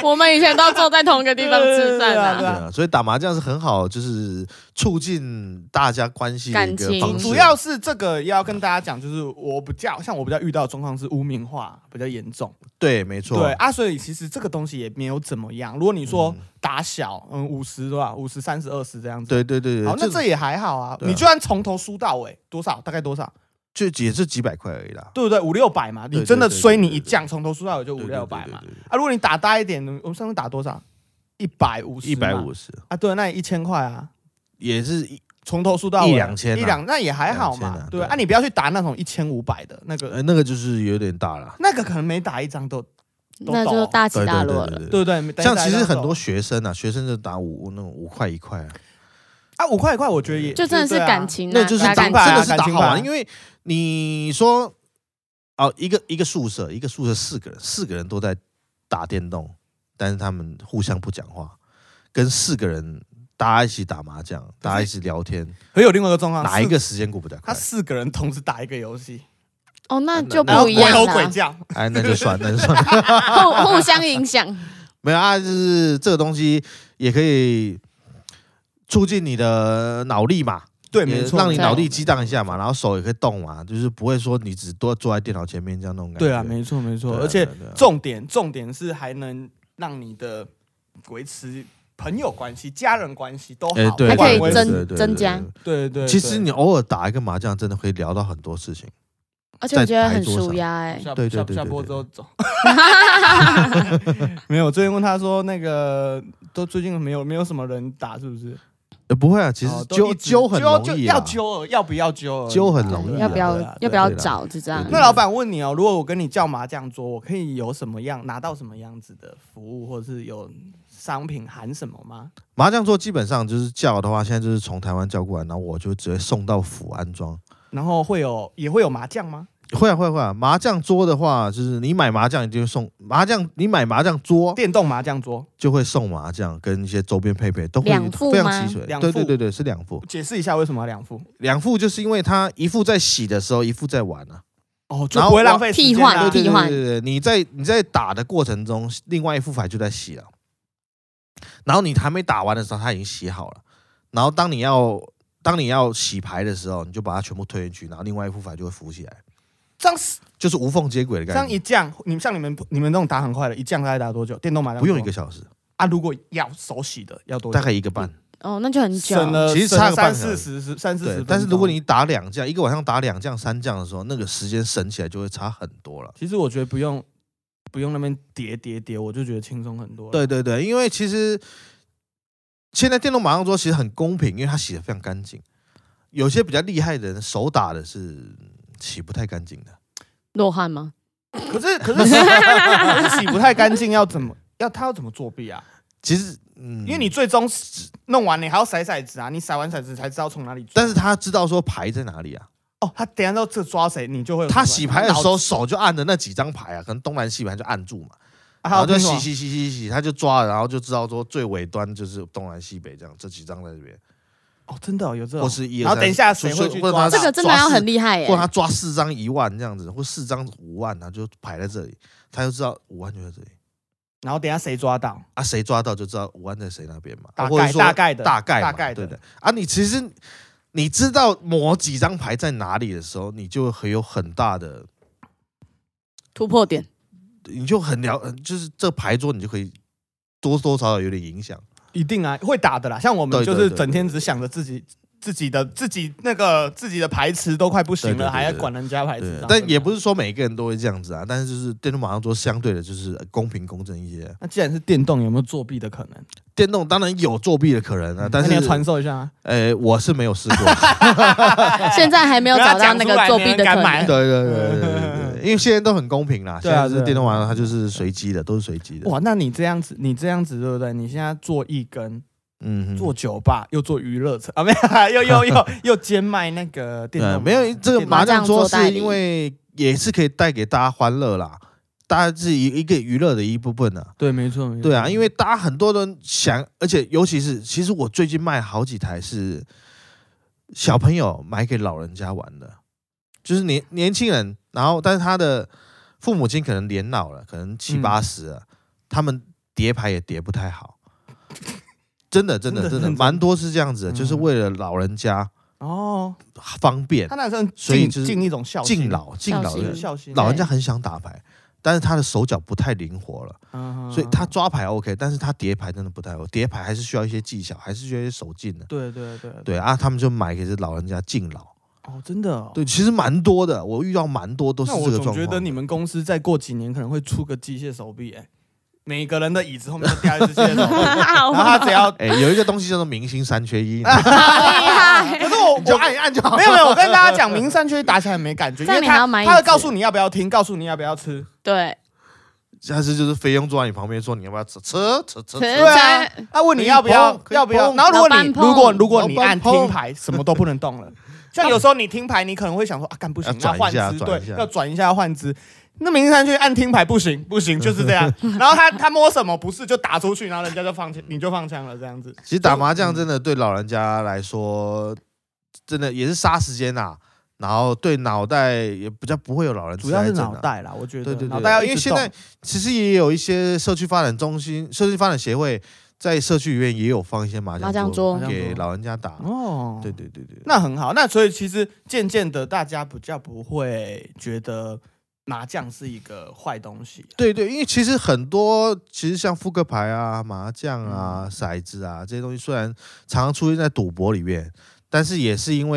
S2: 我们以前都坐在同一个地方吃饭
S3: 对
S2: 啊。
S3: 啊
S4: 对啊，所以打麻将是很好，就是促进大家关系的一个
S2: 感情
S4: 方式。
S3: 主要是这个要跟大家讲，就是我比较像我比较遇到的状况是污名化比较严重，
S4: 对，没错，
S3: 对啊，所以其实这个东西也没有怎么样。如果你说打小，嗯，五十多少，五十、三十、二十这样子，
S4: 对对对对
S3: 好，那
S4: 这
S3: 这也还好啊。
S4: 对啊
S3: 你就算从头输到尾，多少大概多少，
S4: 就也是几百块而已啦，
S3: 对不对？五六百嘛，
S4: 对
S3: 你真的
S4: 对对
S3: 衰，
S4: 对
S3: 你
S4: 对
S3: 一降从头输到尾就
S4: 对
S3: 五六百嘛。，
S4: 对
S3: 啊，如果你打大一点，我们上次打多少？一百五十，
S4: 一百五十
S3: 啊，对，那一千块啊，
S4: 也是一
S3: 从头输到尾
S4: 一两千啊
S3: 一两那也还好
S4: 两千
S3: 嘛
S4: 啊。
S3: 对，
S4: 对
S3: 啊，你不要去打那种一千五百的那个，
S4: 呃，那个就是有点大了。
S3: 那个可能每打一张都，都
S2: 那就
S3: 抖
S2: 大起
S4: 对
S2: 大
S4: 对
S2: 落
S4: 对
S2: 了。
S4: 对对
S3: 对不对？每打一
S4: 像
S3: 张
S4: 其实
S3: 都
S4: 很多
S3: 抖
S4: 学生啊，学生就打五那种五块一块啊，
S3: 啊，五块一块，我觉得也
S2: 就真的是
S3: 对啊
S2: 感情、啊，
S4: 那就是
S2: 打
S4: 打
S2: 感
S3: 情
S4: 真
S3: 牌啊
S4: 的是打好
S3: 感情牌
S4: 玩，
S3: 啊
S4: 因为你说哦，一个一个宿舍，一个宿舍四个人，四个人都在打电动，但是他们互相不讲话，跟四个人大家一起打麻将，大家一起聊天，
S3: 可有另外一个状况，
S4: 哪
S3: 啊
S4: 一
S3: 四
S4: 个时间过比较
S3: 他
S4: 快？
S3: 四个人同时打一个游戏，
S2: 哦，那就
S4: 然后
S2: 不一样
S3: 鬼吼
S2: 啦
S3: 鬼叫，
S4: 哎，那就算，那就算，
S2: 互互相影响。
S4: 没有啊，就是这个东西也可以促进你的脑力嘛，
S3: 对，
S4: 也
S3: 没错，
S4: 让你
S2: 对
S4: 脑力激荡一下嘛，然后手也可以动嘛，就是不会说你只多坐在电脑前面这样那种感觉。
S3: 对啊，没错没
S4: 对
S3: 错，
S4: 啊
S3: 而且
S4: 对啊对啊
S3: 重点重点是还能让你的维持朋友关系、家人关系哦都好，
S4: 哎，对，
S2: 还
S3: 不管
S2: 可以
S3: 维
S2: 增
S3: 持
S4: 对对对
S2: 增加
S4: 对
S3: 对
S4: 对
S3: 对，
S4: 对其实
S3: 对
S4: 你偶尔打一个麻将，真的可以聊到很多事情。
S2: 而且啊我觉得
S4: 在牌
S2: 很
S4: 桌上
S2: 舒压哎，
S3: 下
S4: 对对
S3: 下
S4: 对
S3: 下
S4: 对
S3: 播
S4: 对
S3: 之后走。 没有，我最近问他说那个都最近没有没有什么人打是不是？
S4: 呃，不会啊，其实
S3: 哦都
S4: 揪
S3: 一直
S4: 揪很容
S3: 就
S4: 易啊，
S3: 要揪要不要揪而已
S4: 揪很容易啊
S3: 对
S2: 要不要
S4: 对啊
S2: 要不要
S4: 对啦
S2: 找就这样
S4: 对。
S3: 那老板问你哦，如果我跟你叫麻将桌，我可以有什么样拿到什么样子的服务，或者是有商品含什么吗？
S4: 麻将桌基本上就是叫的话，现在就是从台湾叫过来，然后我就直接送到府安装。
S3: 然后会有也会有麻将吗？
S4: 会啊会啊会啊！麻将桌的话，就是你买麻将一定会送麻将，你买麻将桌
S3: 电动麻将桌，
S4: 就会送麻将跟一些周边配备，都会
S2: 两副
S4: 非常
S2: 吗
S4: 齐全。
S3: 两
S4: 对
S3: 副
S4: 对对对，是两副，
S3: 解释一下为什么要两副
S4: 两副就是因为它一副在洗的时候，一副在玩啊。
S3: 哦，就
S4: 然后
S3: 不会
S4: 我
S3: 浪费时
S2: 替
S3: 间
S2: 换
S3: 啊。
S4: 对对
S2: 替
S4: 对
S2: 换
S4: 对对，对你在你在打的过程中，另外一副牌就在洗了，然后你还没打完的时候，它已经洗好了，然后当你要当你要洗牌的时候，你就把它全部推进去，然后另外一副牌就会浮起来，
S3: 这样是
S4: 就是无缝接轨的
S3: 这
S4: 概
S3: 样一
S4: 念。
S3: 降，你们像你们你们那种打很快的，一降大概打多久？电动麻将
S4: 不用一
S3: 桌
S4: 个小时，
S3: 啊，如果要手洗的要多久
S4: 大？概一个半。
S2: 哦，那就很久。
S3: 省了
S4: 其实
S3: 省了
S4: 差个半
S3: 三
S4: 小
S3: 四
S4: 时
S3: 十十三四十
S4: 对
S3: 分，钟。
S4: 但是如果你打两将，一个晚上打两将、三将的时候，那个时间省起来就会差很多了。
S3: 其实我觉得不用不用那边叠叠叠，我就觉得轻松很多。，
S4: 对对对，因为其实现在电动麻将桌其实很公平，因为它洗的非常干净。有些比较厉害的人手打的是洗不太干净的，
S2: 落汗吗？
S3: 可是可是洗可 是洗不太干净，要怎么要他要怎么作弊啊？
S4: 其实嗯，
S3: 因为你最终弄完你还要甩骰子啊，你甩完骰子才知道从哪里抓。
S4: 但是他知道说牌在哪里啊，
S3: 哦，他等一下知道这抓谁，你就会有
S4: 他洗牌的时
S3: 脑
S4: 候
S3: 子
S4: 手就按着那几张牌啊，可能东南西北他就按住嘛，
S3: 啊
S4: 然
S3: 还
S4: 后
S3: 有
S4: 就
S3: 那
S4: 洗
S3: 种
S4: 洗洗洗洗，他就抓了，然后就知道说最尾端就是东南西北这样这几张在这边，
S3: 哦，真的哦有这种
S4: 或。是一
S3: 然后等一下谁会去抓
S2: 这个真的要很厉害欸
S4: 或者他
S2: 耶。
S4: 抓四张一万这样子，或四张五万，然后就排在这里，他就知道五万就在这里
S3: 然后等一下谁抓到？
S4: 啊，谁抓到就知道五万在谁那边嘛，
S3: 大
S4: 啊
S3: 概
S4: 或者说
S3: 大概的
S4: 大概
S3: 大
S4: 嘛
S3: 概的
S4: 对的啊。你其实你知道某几张牌在哪里的时候，你就很有很大的，
S2: 突破点，
S4: 你就很了，就是这牌桌你就可以多多少少有点影响。
S3: 一定啊，会打的啦。像我们
S4: 对
S3: 就
S4: 对
S3: 是
S4: 对
S3: 整天只想着自己自己的自己那个自己的牌池都快不行
S4: 对对
S3: 了，
S4: 对
S3: 还要
S4: 对
S3: 管人家牌
S4: 对
S3: 池。，
S4: 但也不
S3: 是。
S4: 是说每个人都会这样子啊，但是就是电动麻将桌相对的就是公平公正一些。
S3: 那既然是电动，有没有作弊的可能？
S4: 电动当然有作弊的可能啊，但
S3: 嗯那你要
S4: 是
S3: 传授一下啊。
S4: 呃，我是没有试 过。
S2: 现在还没有找到那个作弊的可
S3: 哎不要讲出来没人敢买
S2: 能。
S4: 对对对对对对，因为现在都很公平啦，现
S3: 对啊
S4: 在是电动玩它就是随机的，都是随机的。
S3: 哇，那你这样子，你这样子对不对？你现在做一根，
S4: 嗯哼，
S3: 做酒吧，又做娱乐城啊，没有，又又 又又兼卖那个电
S4: 对，
S3: 动，
S4: 没有这个
S3: 电动
S4: 麻将桌
S2: 麻将桌代
S4: 是
S2: 理
S4: 因为也是可以带给大家欢乐啦，大家是一一个娱乐的一部分啊。
S3: 对，没错，没错
S4: 对啊，因为大家很多人想，而且尤其是，其实我最近卖好几台是小朋友买给老人家玩的，就是年年轻人，然后但是他的父母亲可能年老了，可能七
S3: 嗯
S4: 八十了，他们叠牌也叠不太好，真的 真
S3: 真
S4: 的
S3: 的
S4: 真的
S3: 真的
S4: 蛮多是这样子的，就是
S3: 嗯
S4: 为了老人家
S3: 哦，
S4: 方便
S3: 他，那算
S4: 所以
S3: 尽
S4: 就是
S3: 尽一种孝心
S4: 敬老敬老
S2: 孝
S4: 的
S2: 心
S3: 孝心，
S4: 老人家很想打牌，但是他的手脚不太灵活了。
S3: 嗯
S4: 所以他抓牌 OK，但是他叠牌真的不太好，叠牌还是需要一些技巧，还是需要一些手劲的。
S3: 对对对
S4: 对啊，他们就买给这老人家敬老。
S3: 哦，真的哦。
S4: 对，其实蛮多的，我遇到蛮多都是
S3: 那
S4: 这
S3: 我
S4: 个
S3: 总
S4: 状
S3: 觉得
S4: 况。
S3: 你们公司再过几年可能会出个机械手臂，哎，每个人的椅子后 面都掉一只蟹肉， 然
S2: 好
S3: 后他只要，啊
S4: 哎，有一个东西叫做明星三 缺一，
S2: 厉
S3: 可
S2: 害！
S3: 是我
S4: 你就
S3: 我
S4: 按一按就 好。
S3: 没有没有，我跟大家讲，名山区打起来没感觉，因
S2: 在
S3: 为
S2: 美还
S3: 他
S2: 要买椅
S3: 他会
S2: 子
S3: 告诉你要不要听，告诉你要不要吃， 啊
S2: 对，
S4: 下次就是菲佣坐在你旁边说你要不要吃吃吃
S2: 可是
S4: 吃吃
S3: 对啊
S2: 在，
S3: 他问你要不要
S4: 可以碰
S3: 要不要，
S4: 可以碰
S3: 然后如果
S2: 老板
S3: 你
S2: 碰
S3: 如果如果你
S4: 老板
S3: 按
S4: 碰
S3: 听牌，什么都不能动了。像有时候你听牌，你可能会想说啊，干不行，
S4: 要
S3: 那换
S4: 转一下
S3: 支，
S4: 转
S3: 对
S4: 一下，
S3: 要转一下换支。那明山去按听牌不行，不行，就是这 样。然后他他摸什么不是就打出去，然后人家就放枪，你就放枪了，这样子。
S4: 其实打麻将真的对老人家来说，真的也是杀时间呐。然后对脑袋也比较不会有老人痴
S3: 主要
S4: 呆
S3: 是
S4: 症
S3: 脑
S4: 啊。
S3: 袋啦，我觉得
S4: 对对
S3: 脑
S4: 对，
S3: 袋要一
S4: 因为
S3: 直
S4: 现
S3: 动
S4: 在其实也有一些社区发展中心、社区发展协会在社区里面也有放一些麻
S2: 麻将
S4: 桌
S2: 桌
S4: 给老人家打。
S3: 哦，
S4: 对对对对，
S3: 那很好。那所以其实渐渐的，大家比较不会觉得麻将是一个坏东西。啊
S4: 对对，因为其实很多，其实像扑克牌啊、麻将
S3: 嗯
S4: 啊、骰子啊这些东西，虽然常常出现在赌博里面，但是也是因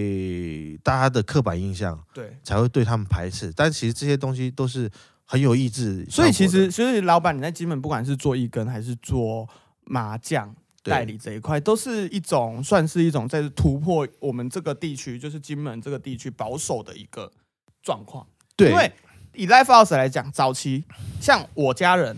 S4: 为大家的刻板印象
S3: 对，
S4: 才会对他们排斥。但其实这些东西都是很有意志
S3: 所
S4: 效果
S3: 以
S4: 的，
S3: 其实其实老板你在金门不管是做一根还是做麻将
S4: 对
S3: 代理这一块，都是一种算是一种在突破我们这个地区，就是金门这个地区保守的一个状况。因
S4: 对
S3: 为以 Live House 来讲，早期像我家人，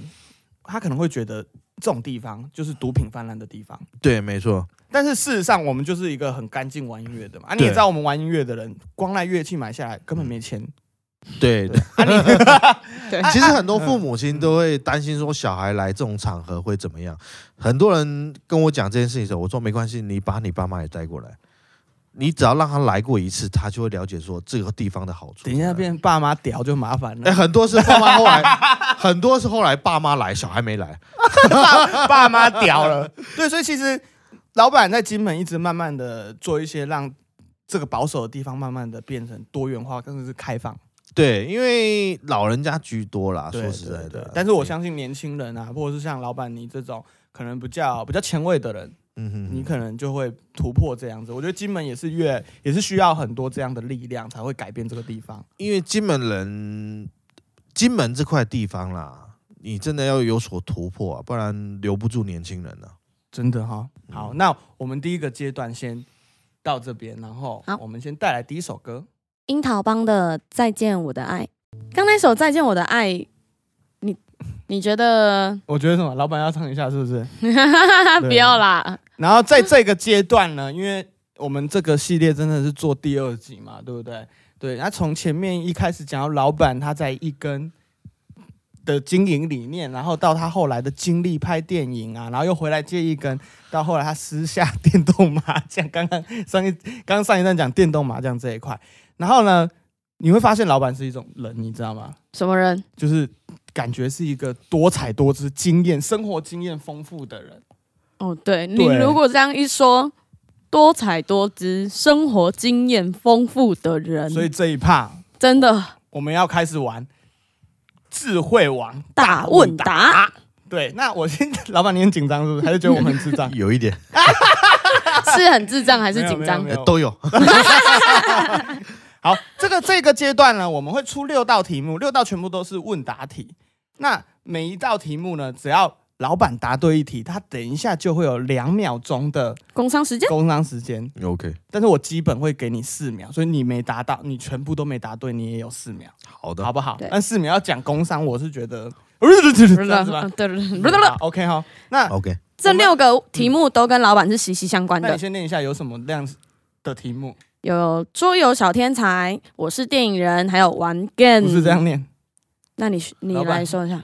S3: 他可能会觉得这种地方就是毒品泛滥的地方。
S4: 对，没错，
S3: 但是事实上，我们就是一个很干净玩音乐的嘛。啊，你
S4: 对
S3: 也知道，我们玩音乐的人，光那乐器买下来根本没钱。
S4: 嗯 对。
S3: 啊你，
S2: 对
S3: 啊
S4: 其实很多父母亲都会担心说小孩来这种场合会怎么样。很多人跟我讲这件事情的时候，我说没关系，你把你爸妈也带过来，你只要让他来过一次，他就会了解说这个地方的好处。
S3: 等一下变爸妈屌就麻烦
S4: 哎、
S3: 了。
S4: 很多是爸妈后来，很多是后来爸妈来，小孩没来。
S3: 爸妈屌了。对，所以其实老板在金门一直慢慢的做一些让这个保守的地方慢慢的变成多元化，更是开放。
S4: 对，因为老人家居多啦，
S3: 对
S4: 啊说实在
S3: 对对
S4: 的。
S3: 但是我，相信年轻人啊，或者是像老板你这种可能比较比较前卫的人，
S4: 嗯哼
S3: 你可能就会突破这样子。我觉得金门也是越也是需要很多这样的力量才会改变这个地方。
S4: 因为金门人，金门这块地方啦，你真的要有所突破啊，不然留不住年轻人啊。？
S3: 真的哈、好，那我们第一个阶段先到这边，然后
S2: 好
S3: 我们先带来第一首歌。
S2: 樱桃帮的《再见我的爱》，刚那首《再见我的爱》，你你觉得？
S3: 我觉得什么，老板要唱一下是不是？
S2: 不要啦，
S3: 然后在这个阶段呢，因为我们这个系列真的是做第二集嘛，对不对？对，那从前面一开始讲到老板他在一根的经营理念，然后到他后来的经历拍电影啊，然后又回来接一根，到后来他私下电动麻将，刚刚上一刚刚上一段讲电动麻将这一块，然后呢，你会发现老板是一种人，你知道吗？
S2: 什么人？
S3: 就是感觉是一个多彩多姿、经验生活经验丰富的人。
S2: 哦，对你
S3: 对
S2: 如果这样一说，多彩多姿、生活经验丰富的人，
S3: 所以这一趴
S2: 真的
S3: 我们要开始玩智慧王
S2: 大问答，
S3: 对，那我先， 老板你很紧张是不是？还是觉得我们很智障
S4: 啊有一点、
S2: 是很智障还是紧张
S3: 没？有
S4: 呃都有。
S3: 好，这个这个阶段呢，我们会出六道题目，六道全部都是问答题。那每一道题目呢，只要老板答对一题，他等一下就会有两秒钟的
S2: 工商时间
S3: 工商时间，
S4: OK，
S3: 但是我基本会给你四秒，所以你没答到，你全部都没答对，你也有四秒，
S4: 好的，
S3: 好不好
S2: 对？
S3: 那四秒要讲工商，我是觉得，这样子吧
S2: 嗯对对对对对
S3: 好，OK 哈，那
S4: OK，
S2: 这六个题目都跟老板是息息相关
S3: 那
S2: 的
S3: 你。先念一下有什么样的题目？
S2: 有桌游小天才，我是电影人，还有玩 game，
S3: 不是这样。念，
S2: 那你你
S3: 老板
S2: 来说一下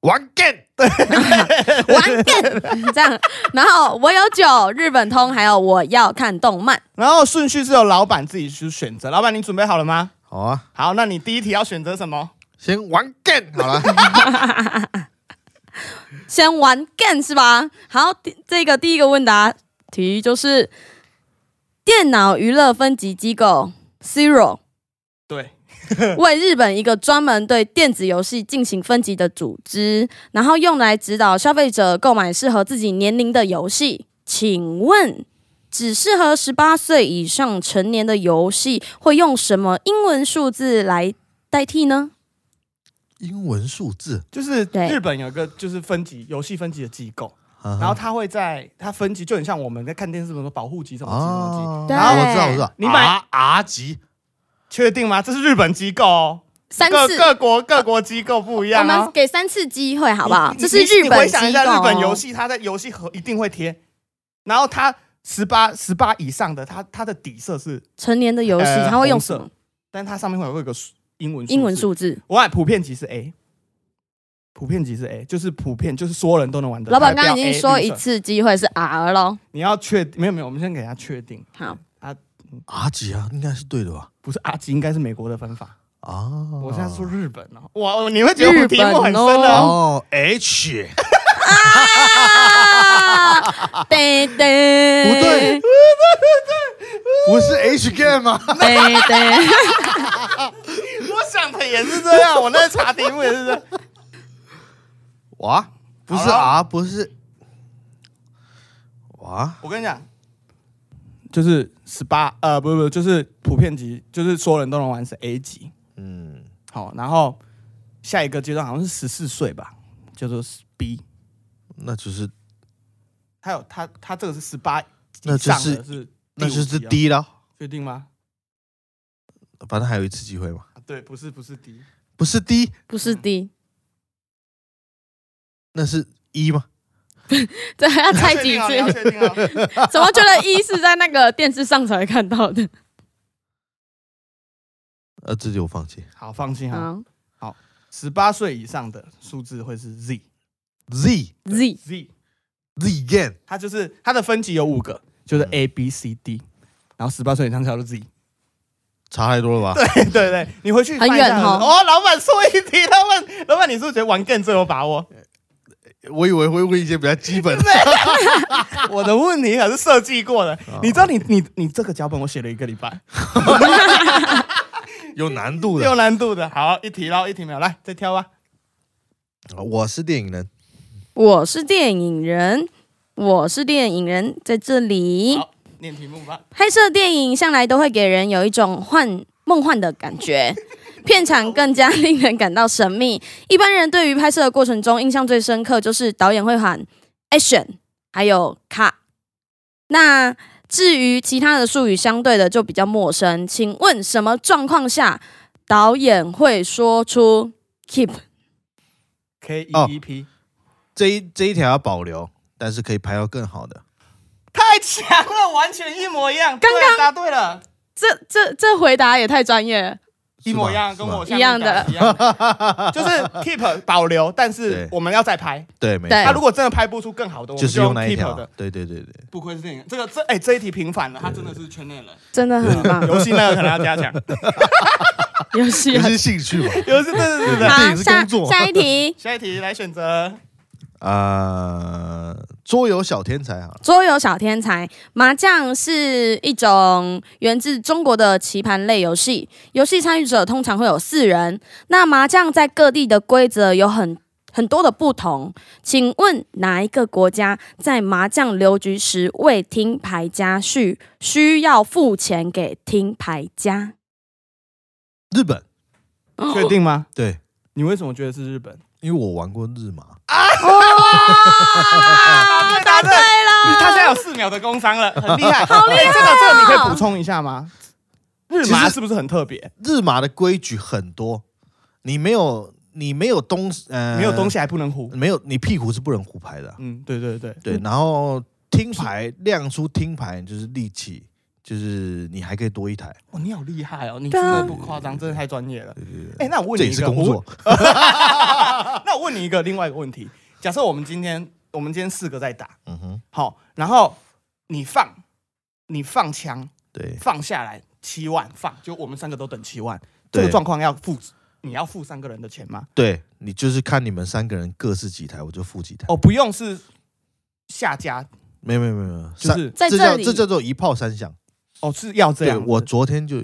S4: 玩 game。
S2: 玩 game 这样，然后我有酒、日本通，还有我要看动漫。
S3: 然后顺序是由老板自己去选择。老板，你准备好了吗？
S4: 好啊，
S3: 好，那你第一题要选择什么？
S4: 先玩 game 好了。
S2: 先玩 game 是吧？好，第这个第一个问答题就是电脑娱乐分级机构 Zero
S3: 对，嗯
S2: 为日本一个专门对电子游戏进行分级的组织，然后用来指导消费者购买适合自己年龄的游戏。请问，只适合十八岁以上成年的游戏会用什么英文数字来代替呢？
S4: 英文数字，
S3: 就是
S2: 对
S3: 日本有一个就是分级游戏分级的机构，
S4: 然
S3: 然后它会在它分级就很像我们在看电视什么保护级什么级什么级，
S4: 啊，
S2: 对
S4: 然后我知道，我知道，
S3: 你买
S4: R 啊 R 级，
S3: 确定吗？这是日本机构哦，
S2: 三
S3: 各
S2: 次，
S3: 各国各国机构不一
S2: 我
S3: 样
S2: 们
S3: 哦。
S2: 给三次机会 好不好？
S3: 你
S2: 这是日
S3: 你
S2: 本
S3: 回
S2: 机构
S3: 想
S2: 哦，
S3: 一下日本游戏，它在游戏盒一定会贴，然后它十八十八以上的，它它的底色是，
S2: 成年的游戏，
S3: 呃
S2: 它会用
S3: 红色
S2: 什么
S3: 但它上面会有一个数英文
S2: 英文
S3: 字
S2: 数字？
S3: 我买普遍级是 A，普遍级是 A，就是普遍就是所有人都能玩的。
S2: 老板
S3: 它
S2: 刚刚
S3: 会标
S2: 已
S3: A
S2: 经说
S3: 绿
S2: 一
S3: 色，
S2: 次机会是 R 咯，
S3: 你要确没有没有，我们先给他确定，啊
S2: 好，
S4: R 级啊，应该是对的吧？
S3: 不是阿吉，应该是美国的分法。
S4: 啊，
S3: 我现在说日本哦，哇，你会觉得我题目很深
S2: 日本
S3: 哦。
S4: 哦，H
S2: 啊，对对，
S4: 不对，不是 H game 啊吗？
S2: 对对，
S3: 我想的也是这样，我那查题目也是这样。
S4: 哇，不是
S3: 好了
S4: R，不是，哇，
S3: 我跟你讲，就是十八，呃，不是不是，就是普遍级，就是所有人都能玩是 A 级。
S4: 嗯，
S3: 好，然后下一个阶段好像是十四岁吧，叫做 B。
S4: 那就是
S3: 它有它它这个是十八，
S4: 那就
S3: 上
S4: 是
S3: 的是
S4: 那
S3: 第五
S4: 就是
S3: 级啊
S4: D 了，
S3: 确定吗？
S4: 反正还有一次机会嘛，
S3: 啊对，不是不是 D，
S4: 不是 D，
S2: 不是 D，
S4: 那是一吗？
S2: 对，要猜
S3: 确
S2: 几
S3: 定哦
S2: 次
S3: 你？要确定 哦
S2: 怎么觉得一是在那个电视上才会看到的？
S4: 呃，这就我放弃
S3: 好，放心哈。
S2: 好
S3: 十八岁以上的数字会是 Z
S4: Z
S2: ，Z
S3: Z，
S4: Z game，
S3: 它就是它的分级有五个，就是
S4: 嗯
S3: A B C D，然后十八岁以上叫做 Z。
S4: 差太多了吧？
S3: 对对对，你回去
S2: 很
S3: 翻一下
S2: 远哦
S3: 哦，老板说一题，老板老板，你是不是觉得玩更最有把握？
S4: 我以为会问一些比较基 本的，
S3: 我的问题可是设计过的，
S4: 啊
S3: 你知道你你你这个脚本我写了一个礼拜，
S4: 有难度
S3: 有
S4: 的。
S3: 难度的。好，一题喽，一题没有，来再挑啊吧。
S4: 我是电影人，
S2: 我是电影人，我是电影人，在这里
S3: 好，念题目吧。
S2: 拍摄电影向来都会给人有一种幻梦幻的感 觉，片场更加令人感到神秘。一般人对于拍摄的过程中印象最深刻就是导演会喊 action，还有 cut。那至于其他的术语，相对的就比较陌生。请问什么状况下导演会说出 keep？
S3: K E
S4: 哦
S3: E P，
S4: 这一这一条要保留，但是可以拍到更好的。
S3: 太强了，完全一模一样。
S2: 刚
S3: 对啊
S2: 刚
S3: 答对了，
S2: 这这这回答也太专业了。
S3: 一模一样，
S4: 是
S3: 跟
S4: 吧
S3: 我
S4: 是
S3: 下面
S4: 吧
S2: 一样的
S3: 答一样 的，就是 keep 保留，但是
S4: 对
S3: 我们要再拍。
S4: 对，没
S2: 对
S3: 他
S4: 错
S3: 如，果真的拍不出更好的，我
S4: 就
S3: 们
S4: 是
S3: 用
S4: 用那一
S3: keep
S4: 条
S3: 的。。
S4: 对对对 对，
S3: 不愧是电影，这个这哎、这一题平反了，他真的是圈内人。
S2: 真的很 棒，
S3: 游戏那个可能要加 强，
S2: 游戏
S4: 也
S2: 很
S4: 是兴 趣吧。
S3: 游戏对对对对。
S4: 电
S2: 好。
S4: 影是
S2: 下
S4: 工作
S2: 下一题，
S3: 下一题来选择，
S4: 呃，桌游小天才啊，
S2: 桌游小天才，麻将是一种源自中国的棋盘类游戏，游戏参与者通常会有四人。那麻将在各地的规则有很很多的不同，请问哪一个国家在麻将留局时未听牌家序，需要付钱给听牌家？
S4: 日本
S2: 哦
S3: 确定吗？
S4: 对，
S3: 你为什么觉得是日本？
S4: 因为我玩过日麻，
S2: 哇，啊答对
S3: 你他
S2: 了！
S3: 现在有四秒的工伤 了，很厉害，好厉
S2: 哦
S3: 害、哎这个这个你可以补充一下吗？日
S4: 其
S3: 麻
S4: 实
S3: 是不是很特别？
S4: 日麻的规矩很多，你没有你没有东呃
S3: 没有东西还不能胡。
S4: 没有你屁股是不能胡牌的啊，
S3: 嗯，对对对，
S4: 对，然后听牌亮出听牌就是力气，就是你还可以多一台，
S3: 哦，你好厉害哦，你
S2: 对
S3: 真
S2: 啊
S3: 的不夸张，真的太专业了。哎、那我问
S4: 这
S3: 你一
S4: 也是
S3: 个，
S4: 工
S3: 我
S4: 作
S3: 问。 那我问你一个另外一个问题，假设我们今天我们今天四个在打，
S4: 嗯哼，
S3: 好，然后你放你放枪
S4: 对
S3: 放下来七万放，就我们三个都等七万，这
S4: 对
S3: 个状况要付你要付三个人的钱吗？
S4: 对，你就是看你们三个人各是几台，我就付几台。
S3: 哦，不用是下家，
S4: 没有没有没有没有，
S3: 就
S4: 三
S3: 是
S2: 在
S4: 这
S2: 这
S4: 叫
S2: 里
S4: 这叫做一炮三响。
S3: 哦是要这
S4: 对，
S3: 样子。
S4: 我昨天就有，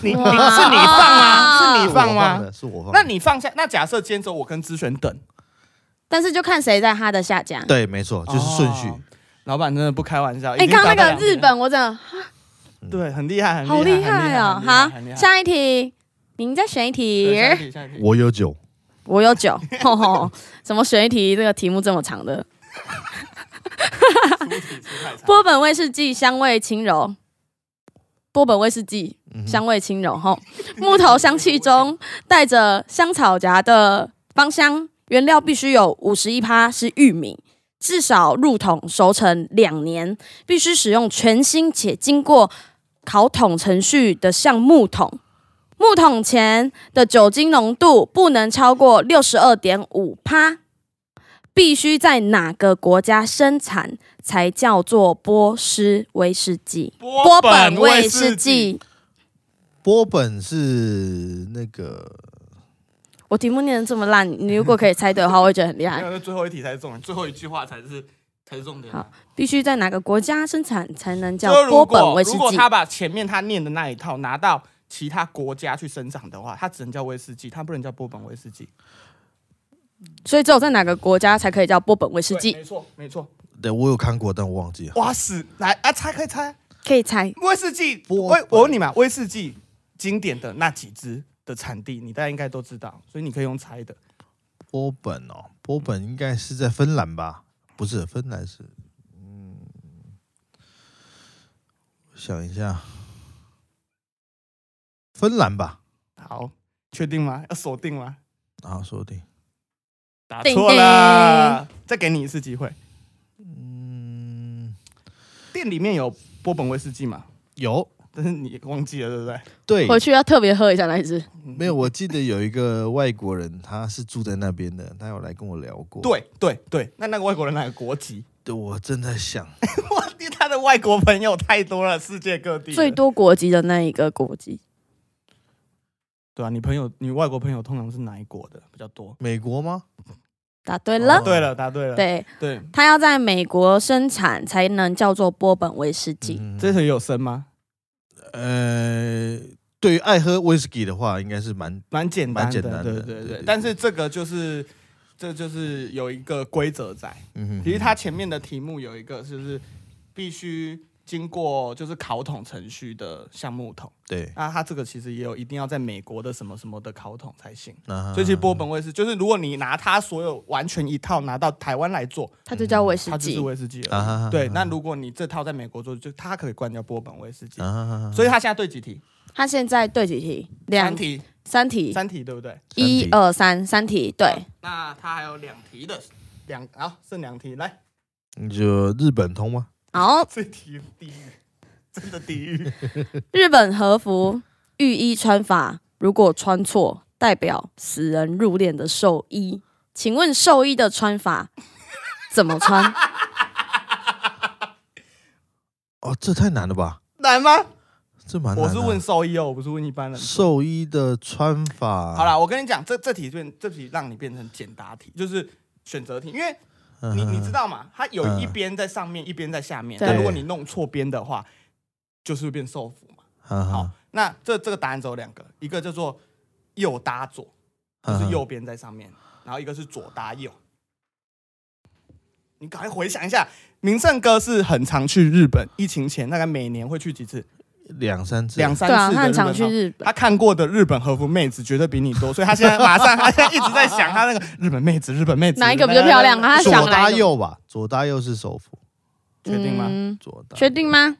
S3: 你你是你
S2: 哇
S3: 放吗？是
S4: 是
S3: 你
S4: 我
S3: 放
S4: 放
S3: 吗？
S4: 的，是我放的。
S3: 那你放下，那假设今天只有我跟资璇等，
S2: 但是就看谁在他的下家。
S4: 对，没错，就是顺序。
S3: 哦老板真的不开玩笑，
S2: 哎，
S3: 已经
S2: 刚刚
S3: 打
S2: 那个
S3: 到两
S2: 日
S3: 年了
S2: 本，我真的
S3: 对，很厉害，很
S2: 好
S3: 厉
S2: 厉害哦！
S3: 很厉害很厉害很厉
S2: 好，
S3: 害
S2: 下一题，您再选一题
S3: 对。下一题，下一题
S4: 我有酒，
S2: 我有九，吼吼，什么选一题这个题目这么长 的？波本威士忌香味轻柔，波本威士忌
S4: 嗯哼
S2: 香味轻柔，吼，木头香气中带着香草荚的芳香，原料必须有五十一趴是玉米，至少入桶熟成两年，必须使用全新且经过烤桶程序的橡木桶。木桶前的酒精浓度不能超过六十二点五趴，必须在哪个国家生产才叫做波斯威士忌？
S3: 波
S2: 士，忌，
S4: 波本是那个
S2: 我题目念的这么烂，你如果可以猜对的话，我会觉得很厉
S3: 没
S2: 害。
S3: 有，那最后一题才是重点，最后一句话才是才是重点啊。
S2: 必须在哪个国家生产才能叫
S3: 就是
S2: 波
S3: 如
S2: 本
S3: 果
S2: 威士
S3: 如果
S2: 忌？
S3: 他把前面他念的那一套拿到其他国家去生长的话，他只能叫威士忌，他不能叫波本威士忌。
S2: 所以只有在哪个国家才可以叫波本威士
S3: 对
S2: 忌？
S3: 没错没错。
S4: 对我有看过，但我忘记了。
S3: 哇死，来啊，猜可以猜
S2: 可以猜，
S3: 威士忌。
S4: 波
S3: 威，
S4: 本
S3: 我问你嘛，威士忌经典的那几支的产地，你大家应该都知道，所以你可以用猜的。
S4: 波本哦，波本应该是在芬兰吧？不是，芬兰是，嗯，我想一下，芬兰吧？
S3: 好，确定吗？要锁定吗？
S4: 啊，说不定，
S3: 答
S2: 定
S3: 啊错了，再给你一次机会。
S4: 嗯，
S3: 店里面有波本威士忌嘛？
S4: 有
S3: 但是你忘记了，对不对？
S4: 对，
S2: 回去要特别喝一下那一支。
S4: 没有，我记得有一个外国人，他是住在那边的，他有来跟我聊过。
S3: 对对对，那那个外国人哪个国籍？
S4: 对，我正在想，
S3: 哇，他的外国朋友太多了，世界各地
S2: 最。多国籍的那一个国籍，
S3: 对啊，你朋友，你外国朋友通常是哪一国的比较多？
S4: 美国吗？
S2: 答对了。
S4: 哦
S3: 对了，答对了。
S2: 对，
S3: 对，
S2: 它要在美国生产才能叫做波本威士忌。
S4: 嗯
S3: 这题有生吗？
S4: 呃，对于爱喝 whisky 的话，应该是蛮
S3: 蛮简单
S4: 蛮
S3: 的，
S4: 简单
S3: 对
S4: 的
S3: 对
S4: 对对
S3: 但是这个就是，这就是有一个规则在。
S4: 嗯哼，
S3: 其实它前面的题目有一个，就是必须经过就是烤桶程序的橡木桶。
S4: 对，
S3: 那它这个其实也有一定要在美国的什么什么的烤桶才行。
S4: 那
S3: 所以其实波本威士，就是如果你拿它所有完全一套拿到台湾来做，
S2: 它就叫威士
S3: 它就
S2: 忌
S3: 是。威士忌
S4: 啊哈哈
S3: 了。
S4: 哈
S3: 对，那如果你这套在美国做，就它可以灌叫波本威士忌。
S4: 啊，
S3: 所以它现在对几题？
S2: 它现在对几题？两
S3: 三、题，
S2: 三题、
S3: 三题对不对？
S2: 一二三，三题。对，
S3: 那它还有两题的，两好剩两题，来
S4: 你就日本通吗？
S2: 好，
S3: 这题地狱，真的地狱。
S2: 日本和服浴衣穿法，如果穿错，代表死人入殓的寿衣。请问寿衣的穿法 怎么穿？
S4: 哦，这太难了吧？
S3: 难吗？
S4: 啊这蛮难
S3: 我
S4: 的
S3: 是问兽医哦，我不是问一般人。
S4: 寿衣的穿法。
S3: 好啦，我跟你讲，这这题变这题让你变成简答题，就是选择题，因为
S4: 嗯哼，
S3: 你你知道嘛，它有
S4: 嗯
S3: 一边在上面，一边在下面。
S2: 对
S3: 那如果你弄错边的话，就是会变受缚嘛。
S4: 哈哈，
S3: 好，那这这个答案只有两个，一个叫做右搭左，就
S4: 哈
S3: 是
S4: 哈
S3: 右边在上面，然后一个是左搭右。你赶快回想一下，明胜哥是很常去日本，疫情前大概每年会去几次，
S4: 两三次，
S3: 两三
S2: 对啊，
S3: 次
S2: 他
S3: 的
S2: 很
S3: 日
S2: 常
S3: 本
S2: 去
S3: 行。
S2: 日本
S3: 他。看过的日本和服妹子绝对比你多，所以他现在马上，他现在一直在想他那个日本妹子，日本妹子
S2: 哪一个比较漂亮啊？？他
S4: 左
S2: 想来
S4: 搭
S2: 的
S4: 右吧，左搭右是首府，
S3: 确定吗？
S2: 嗯
S4: 左搭
S2: 确定吗？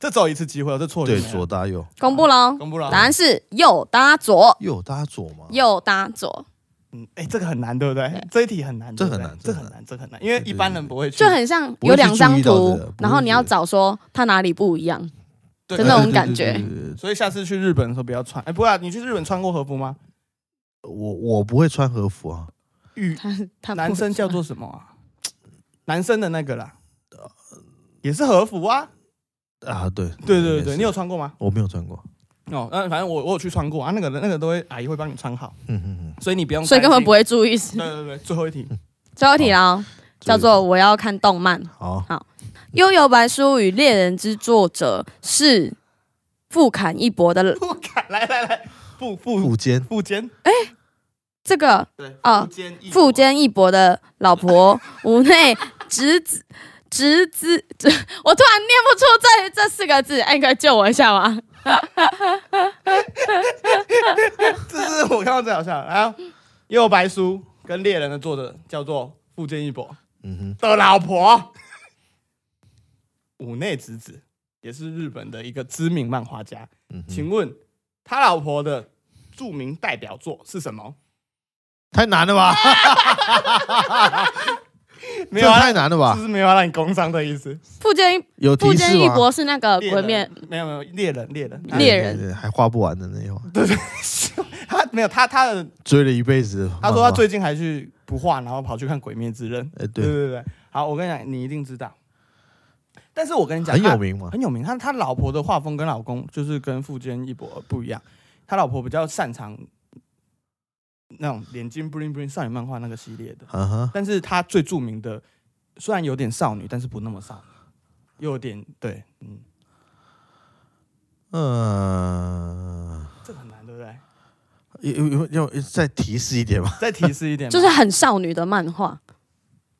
S3: 这只有一次机会哦，这错了
S4: 对
S3: 没有
S4: 左搭右，
S2: 公布喽！
S3: 公布了
S2: 答案是右搭左，
S4: 右搭左吗？
S2: 右搭左，
S3: 嗯，哎、这个很难，对不对？这一题很难，
S4: 这
S3: 对不对
S4: 很难
S3: 这
S4: 这
S3: 很
S4: 很
S3: 难，这很难，因为一般人不会去，
S2: 就很像
S4: 不会
S2: 有两张
S4: 去注意到
S2: 图
S4: 这个，
S2: 然后你要找说它哪里不一样。
S3: 对
S2: 真的那
S4: 对
S2: 种
S4: 对
S2: 感
S4: 对
S2: 觉
S4: 对对对
S3: 所以下次去日本的时候不要穿。哎、不会啊，你去日本穿过和服吗？
S4: 我我不会穿和服啊，
S3: 浴
S2: 它它不
S3: 男生叫做什么 啊？男生的那个啦，
S4: 呃
S3: 也是和服啊。
S4: 啊对
S3: 对对对
S4: 应该
S3: 对，
S4: 是
S3: 你有穿过吗？
S4: 我没有穿过，
S3: 哦，那反正我我有去穿过啊，那个那个都会阿姨会帮你穿好，
S4: 嗯嗯嗯，
S3: 所以你不 用，
S2: 所以根本不
S3: 会。
S2: 会注意。
S3: 对对对，最 后一题，
S2: 最后一题啦，叫做我要看动漫。
S4: 好
S2: 《幽游白书与猎人之作者是富砍一博的
S3: 不敢，来来来，副副
S4: 腹肩
S3: 副监，
S2: 这个
S3: 对，
S2: 啊
S3: 富坚义
S2: 富坚义博的老婆无内直子直子，直我突然念不出这这四个字，哎，你可以救我一下吗？
S3: 这是我看到最好笑的。然后也有白书跟猎人的作者叫做富坚义博
S4: 嗯哼，
S3: 的老婆武内直子，也是日本的一个知名漫画家。
S4: 嗯哼，
S3: 请问他老婆的著名代表作是什么？
S4: 太难了吧？
S3: 没有
S4: 这
S3: 啊，
S4: 太难了吧
S3: 就？是没有要让你工伤的意思。
S2: 富坚
S4: 有
S2: 富
S4: 提示
S2: 坚义
S4: 吗？
S2: 博是那个鬼面，
S3: 没有没有猎人猎人，
S2: 猎人
S4: 对对对哎还画不完的那一会儿，
S3: 哎他没有他他的
S4: 追了一辈子。
S3: 他说
S4: 漫画
S3: 他最近还去不画，然后跑去看《鬼灭之刃》。
S4: 呃
S3: 对
S4: 对，
S3: 对对，好，我跟你讲，你一定知道。但是我跟你讲，
S4: 很有
S3: 他
S4: 名嘛。
S3: 很有名。他他老婆的画风跟老公就是跟富坚义博不一样，他老婆比较擅长那种脸金 bling bling 少女漫画那个系列的，
S4: 嗯哼，
S3: 但是他最著名的虽然有点少女，但是不那么少女，又有点对，嗯，
S4: 嗯，
S3: 这个很难，对不对？
S4: 有有有有再提示一点吧。
S3: 再提示一点吧，
S2: 就是很少女的漫画，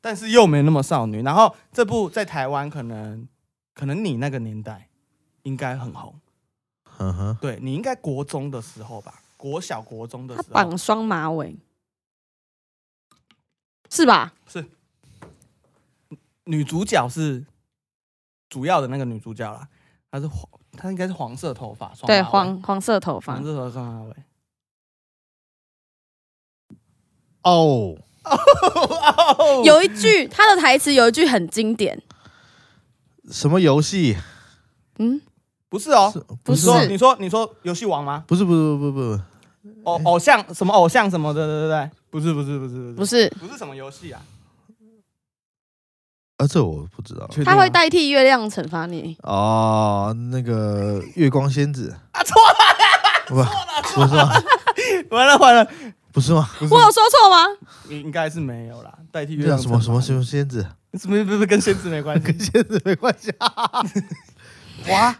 S3: 但是又没那么少女。然后这部在台湾可能可能你那个年代应该很红，
S4: 嗯哼，
S3: 对你应该国中的时候吧，国小国中的
S2: 她
S3: 时候
S2: 绑双马尾，是吧？
S3: 女主角是主要的那个女主角啦，她是黄，她应该是黄色头发，双马
S2: 对，
S3: 尾
S2: 黄黄色头发
S3: 黄，色头发双马尾。
S4: 哦，
S2: 有一句她的台词有一句很经典，
S4: 什么游戏？
S2: 嗯，
S3: 不是哦，
S4: 是哎
S2: 不
S3: 你
S2: 是
S3: 说你说你说游戏王吗？哦
S4: 不是不是不是不是，
S3: 偶偶像什么偶像什么的，对对对，不是不是不是
S2: 不
S3: 是
S2: 是，
S3: 不是什么游戏啊？
S4: 啊，这我不知道。
S3: 确定
S2: 她
S3: 吗
S2: 会代替月亮惩罚你，
S4: 哦，那个月光仙子
S3: 啊错了，
S4: 不不是吗？
S3: 完了完了，
S4: 不是吗？
S3: 不是
S2: 我有说错吗？
S3: 应该是没有啦，代替月
S4: 那
S3: 亮
S4: 什么什么
S3: 是
S4: 什么仙子？
S3: 不是不是跟仙子没关系？
S4: 跟仙子没关系啊。
S3: 哇，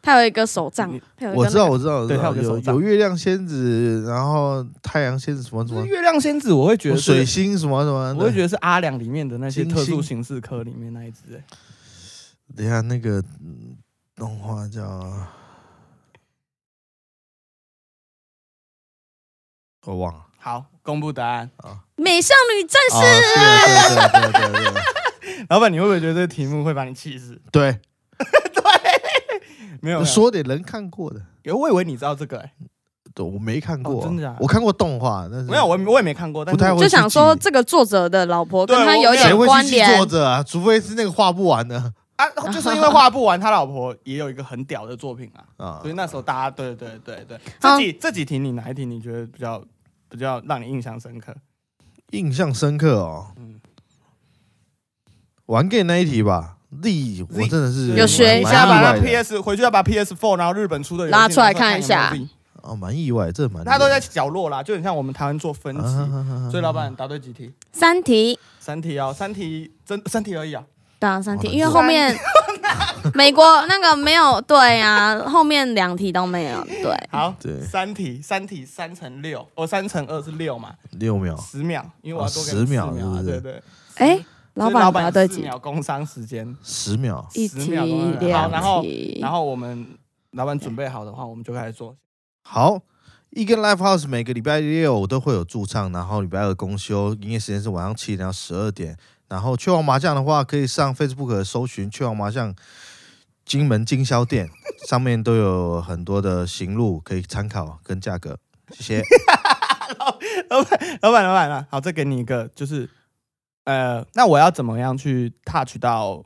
S2: 她有一个手杖
S3: 你，
S2: 她有一个
S4: 我知道
S2: 那个
S4: 我知道我知
S3: 对还
S4: 道，
S3: 有个
S4: 有
S3: 手杖
S4: 有月亮仙子，然后太阳仙子什么什
S3: 就是
S4: 么，
S3: 月亮仙子，我会觉得
S4: 水
S3: 是，
S4: 星什么什么的。
S3: 我会觉得是阿良里面的那些
S4: 金
S3: 特殊
S4: 星
S3: 形式科里面那一只、欸。
S4: 等一下那个嗯动画叫，我忘了
S3: 好，公布答案。
S4: 啊。
S2: 美少女战
S4: 啊
S2: 士，
S4: 对对对对 对对
S3: 老板，你会不会觉得这个题目会把你气死？
S4: 对
S3: 没有，
S4: 对，
S3: 没有
S4: 说点人看过的，
S3: 有我以为你知道这个、欸，
S4: 对我没看过，
S3: 哦真的假的
S4: 我看过动画，但是
S3: 没有，我也我也没看过，但
S4: 不太
S3: 是
S4: 会
S2: 就想说
S4: 去记
S2: 这个作者的老婆跟
S3: 对
S2: 她
S3: 我
S2: 有
S3: 没
S4: 谁
S2: 点
S4: 会
S2: 关
S4: 去记
S2: 联
S4: 作，者啊？除非是那个画不完的
S3: 啊，就是因为画不完，他老婆也有一个很屌的作品啊，
S4: 啊
S3: 所以。那时候大家对对对对，
S2: 好
S3: 这几这几题你哪一题你觉得比较比较让你印象深刻？
S4: 印象深刻哦
S3: 嗯。
S4: 玩 game 那一题吧，Z 我真的是
S2: 有学
S4: 蛮
S2: 一
S3: 你
S2: 下
S3: 现在把
S4: 蛮
S3: 那
S4: 意外的
S3: PS 回去要把 PS Four，然后日本出的游戏
S2: 拉出来看一
S3: 拿
S2: 下
S3: 出来有没有 Z
S4: 哦，蛮意外，这蛮
S3: 它都在角落啦，就很像我们台湾做分
S4: 啊
S3: 级。
S4: 哈哈哈哈
S3: 所以老板答对几题？
S2: 三题
S3: 三题哦，三题真三题而已啊。
S2: 打三题，
S4: 哇
S2: 因为后面 美国那个没有对啊，后面两题都没有 对，
S3: 好，
S4: 对
S3: 三题，三题三乘六，哦，三乘二是六嘛，
S4: 六秒，
S3: 十秒，因为我要多给你四
S4: 哦10秒
S3: 秒啊，
S4: 是不
S3: 对
S4: 是
S3: 对。
S2: 哎，老
S3: 所以
S2: 板答
S3: 老板
S2: 对
S3: 四
S2: 几？
S3: 秒工伤时间，
S4: 十秒，
S2: 一
S3: 10
S2: 题
S3: 秒钟了好然
S2: 两
S3: 后
S2: 题
S3: 然，后我们老板准备好的话，我们就开始做。
S4: 好。一跟 Live House 每个礼拜六都会有驻唱，然后礼拜二公休，营业时间是晚上七点到十二点。然后雀王麻将的话，可以上 Facebook 搜寻雀王麻将金门经销店，上面都有很多的行路可以参考跟价格。谢谢。
S3: 老板，老板啊，好，再给你一个，就是呃，那我要怎么样去 touch 到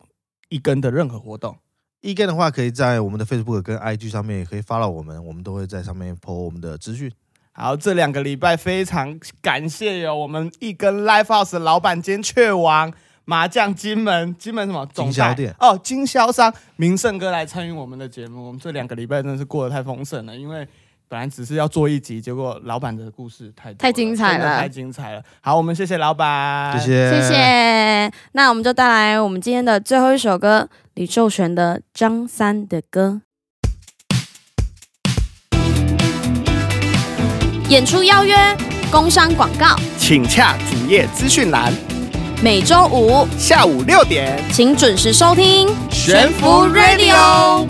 S3: 一根的任何活动？
S4: 意见的话，可以在我们的 Facebook 跟 IG 上面也可以 follow 我们，我们都会在上面 po 我们的资讯。
S3: 好，这两个礼拜非常感谢有我们一根 Live House 老板兼雀王麻将金门金门什么总
S4: 经销
S3: 代
S4: 店
S3: 哦，经销商明胜哥来参与我们的节目。我们这两个礼拜真的是过得太丰盛了，因为本来只是要做一集，结果老板的故事太多
S2: 太精彩了
S3: 真的太精彩了。好，我们谢谢老板，
S4: 谢谢，
S2: 哎谢。谢。那我们就带来我们今天的最后一首歌，李寿全的《张三的歌》。演出邀约、工商广告，
S3: 请洽主页资讯栏，
S2: 每周五
S3: 下午六点
S2: 请准时收听《
S3: 悬浮 Radio。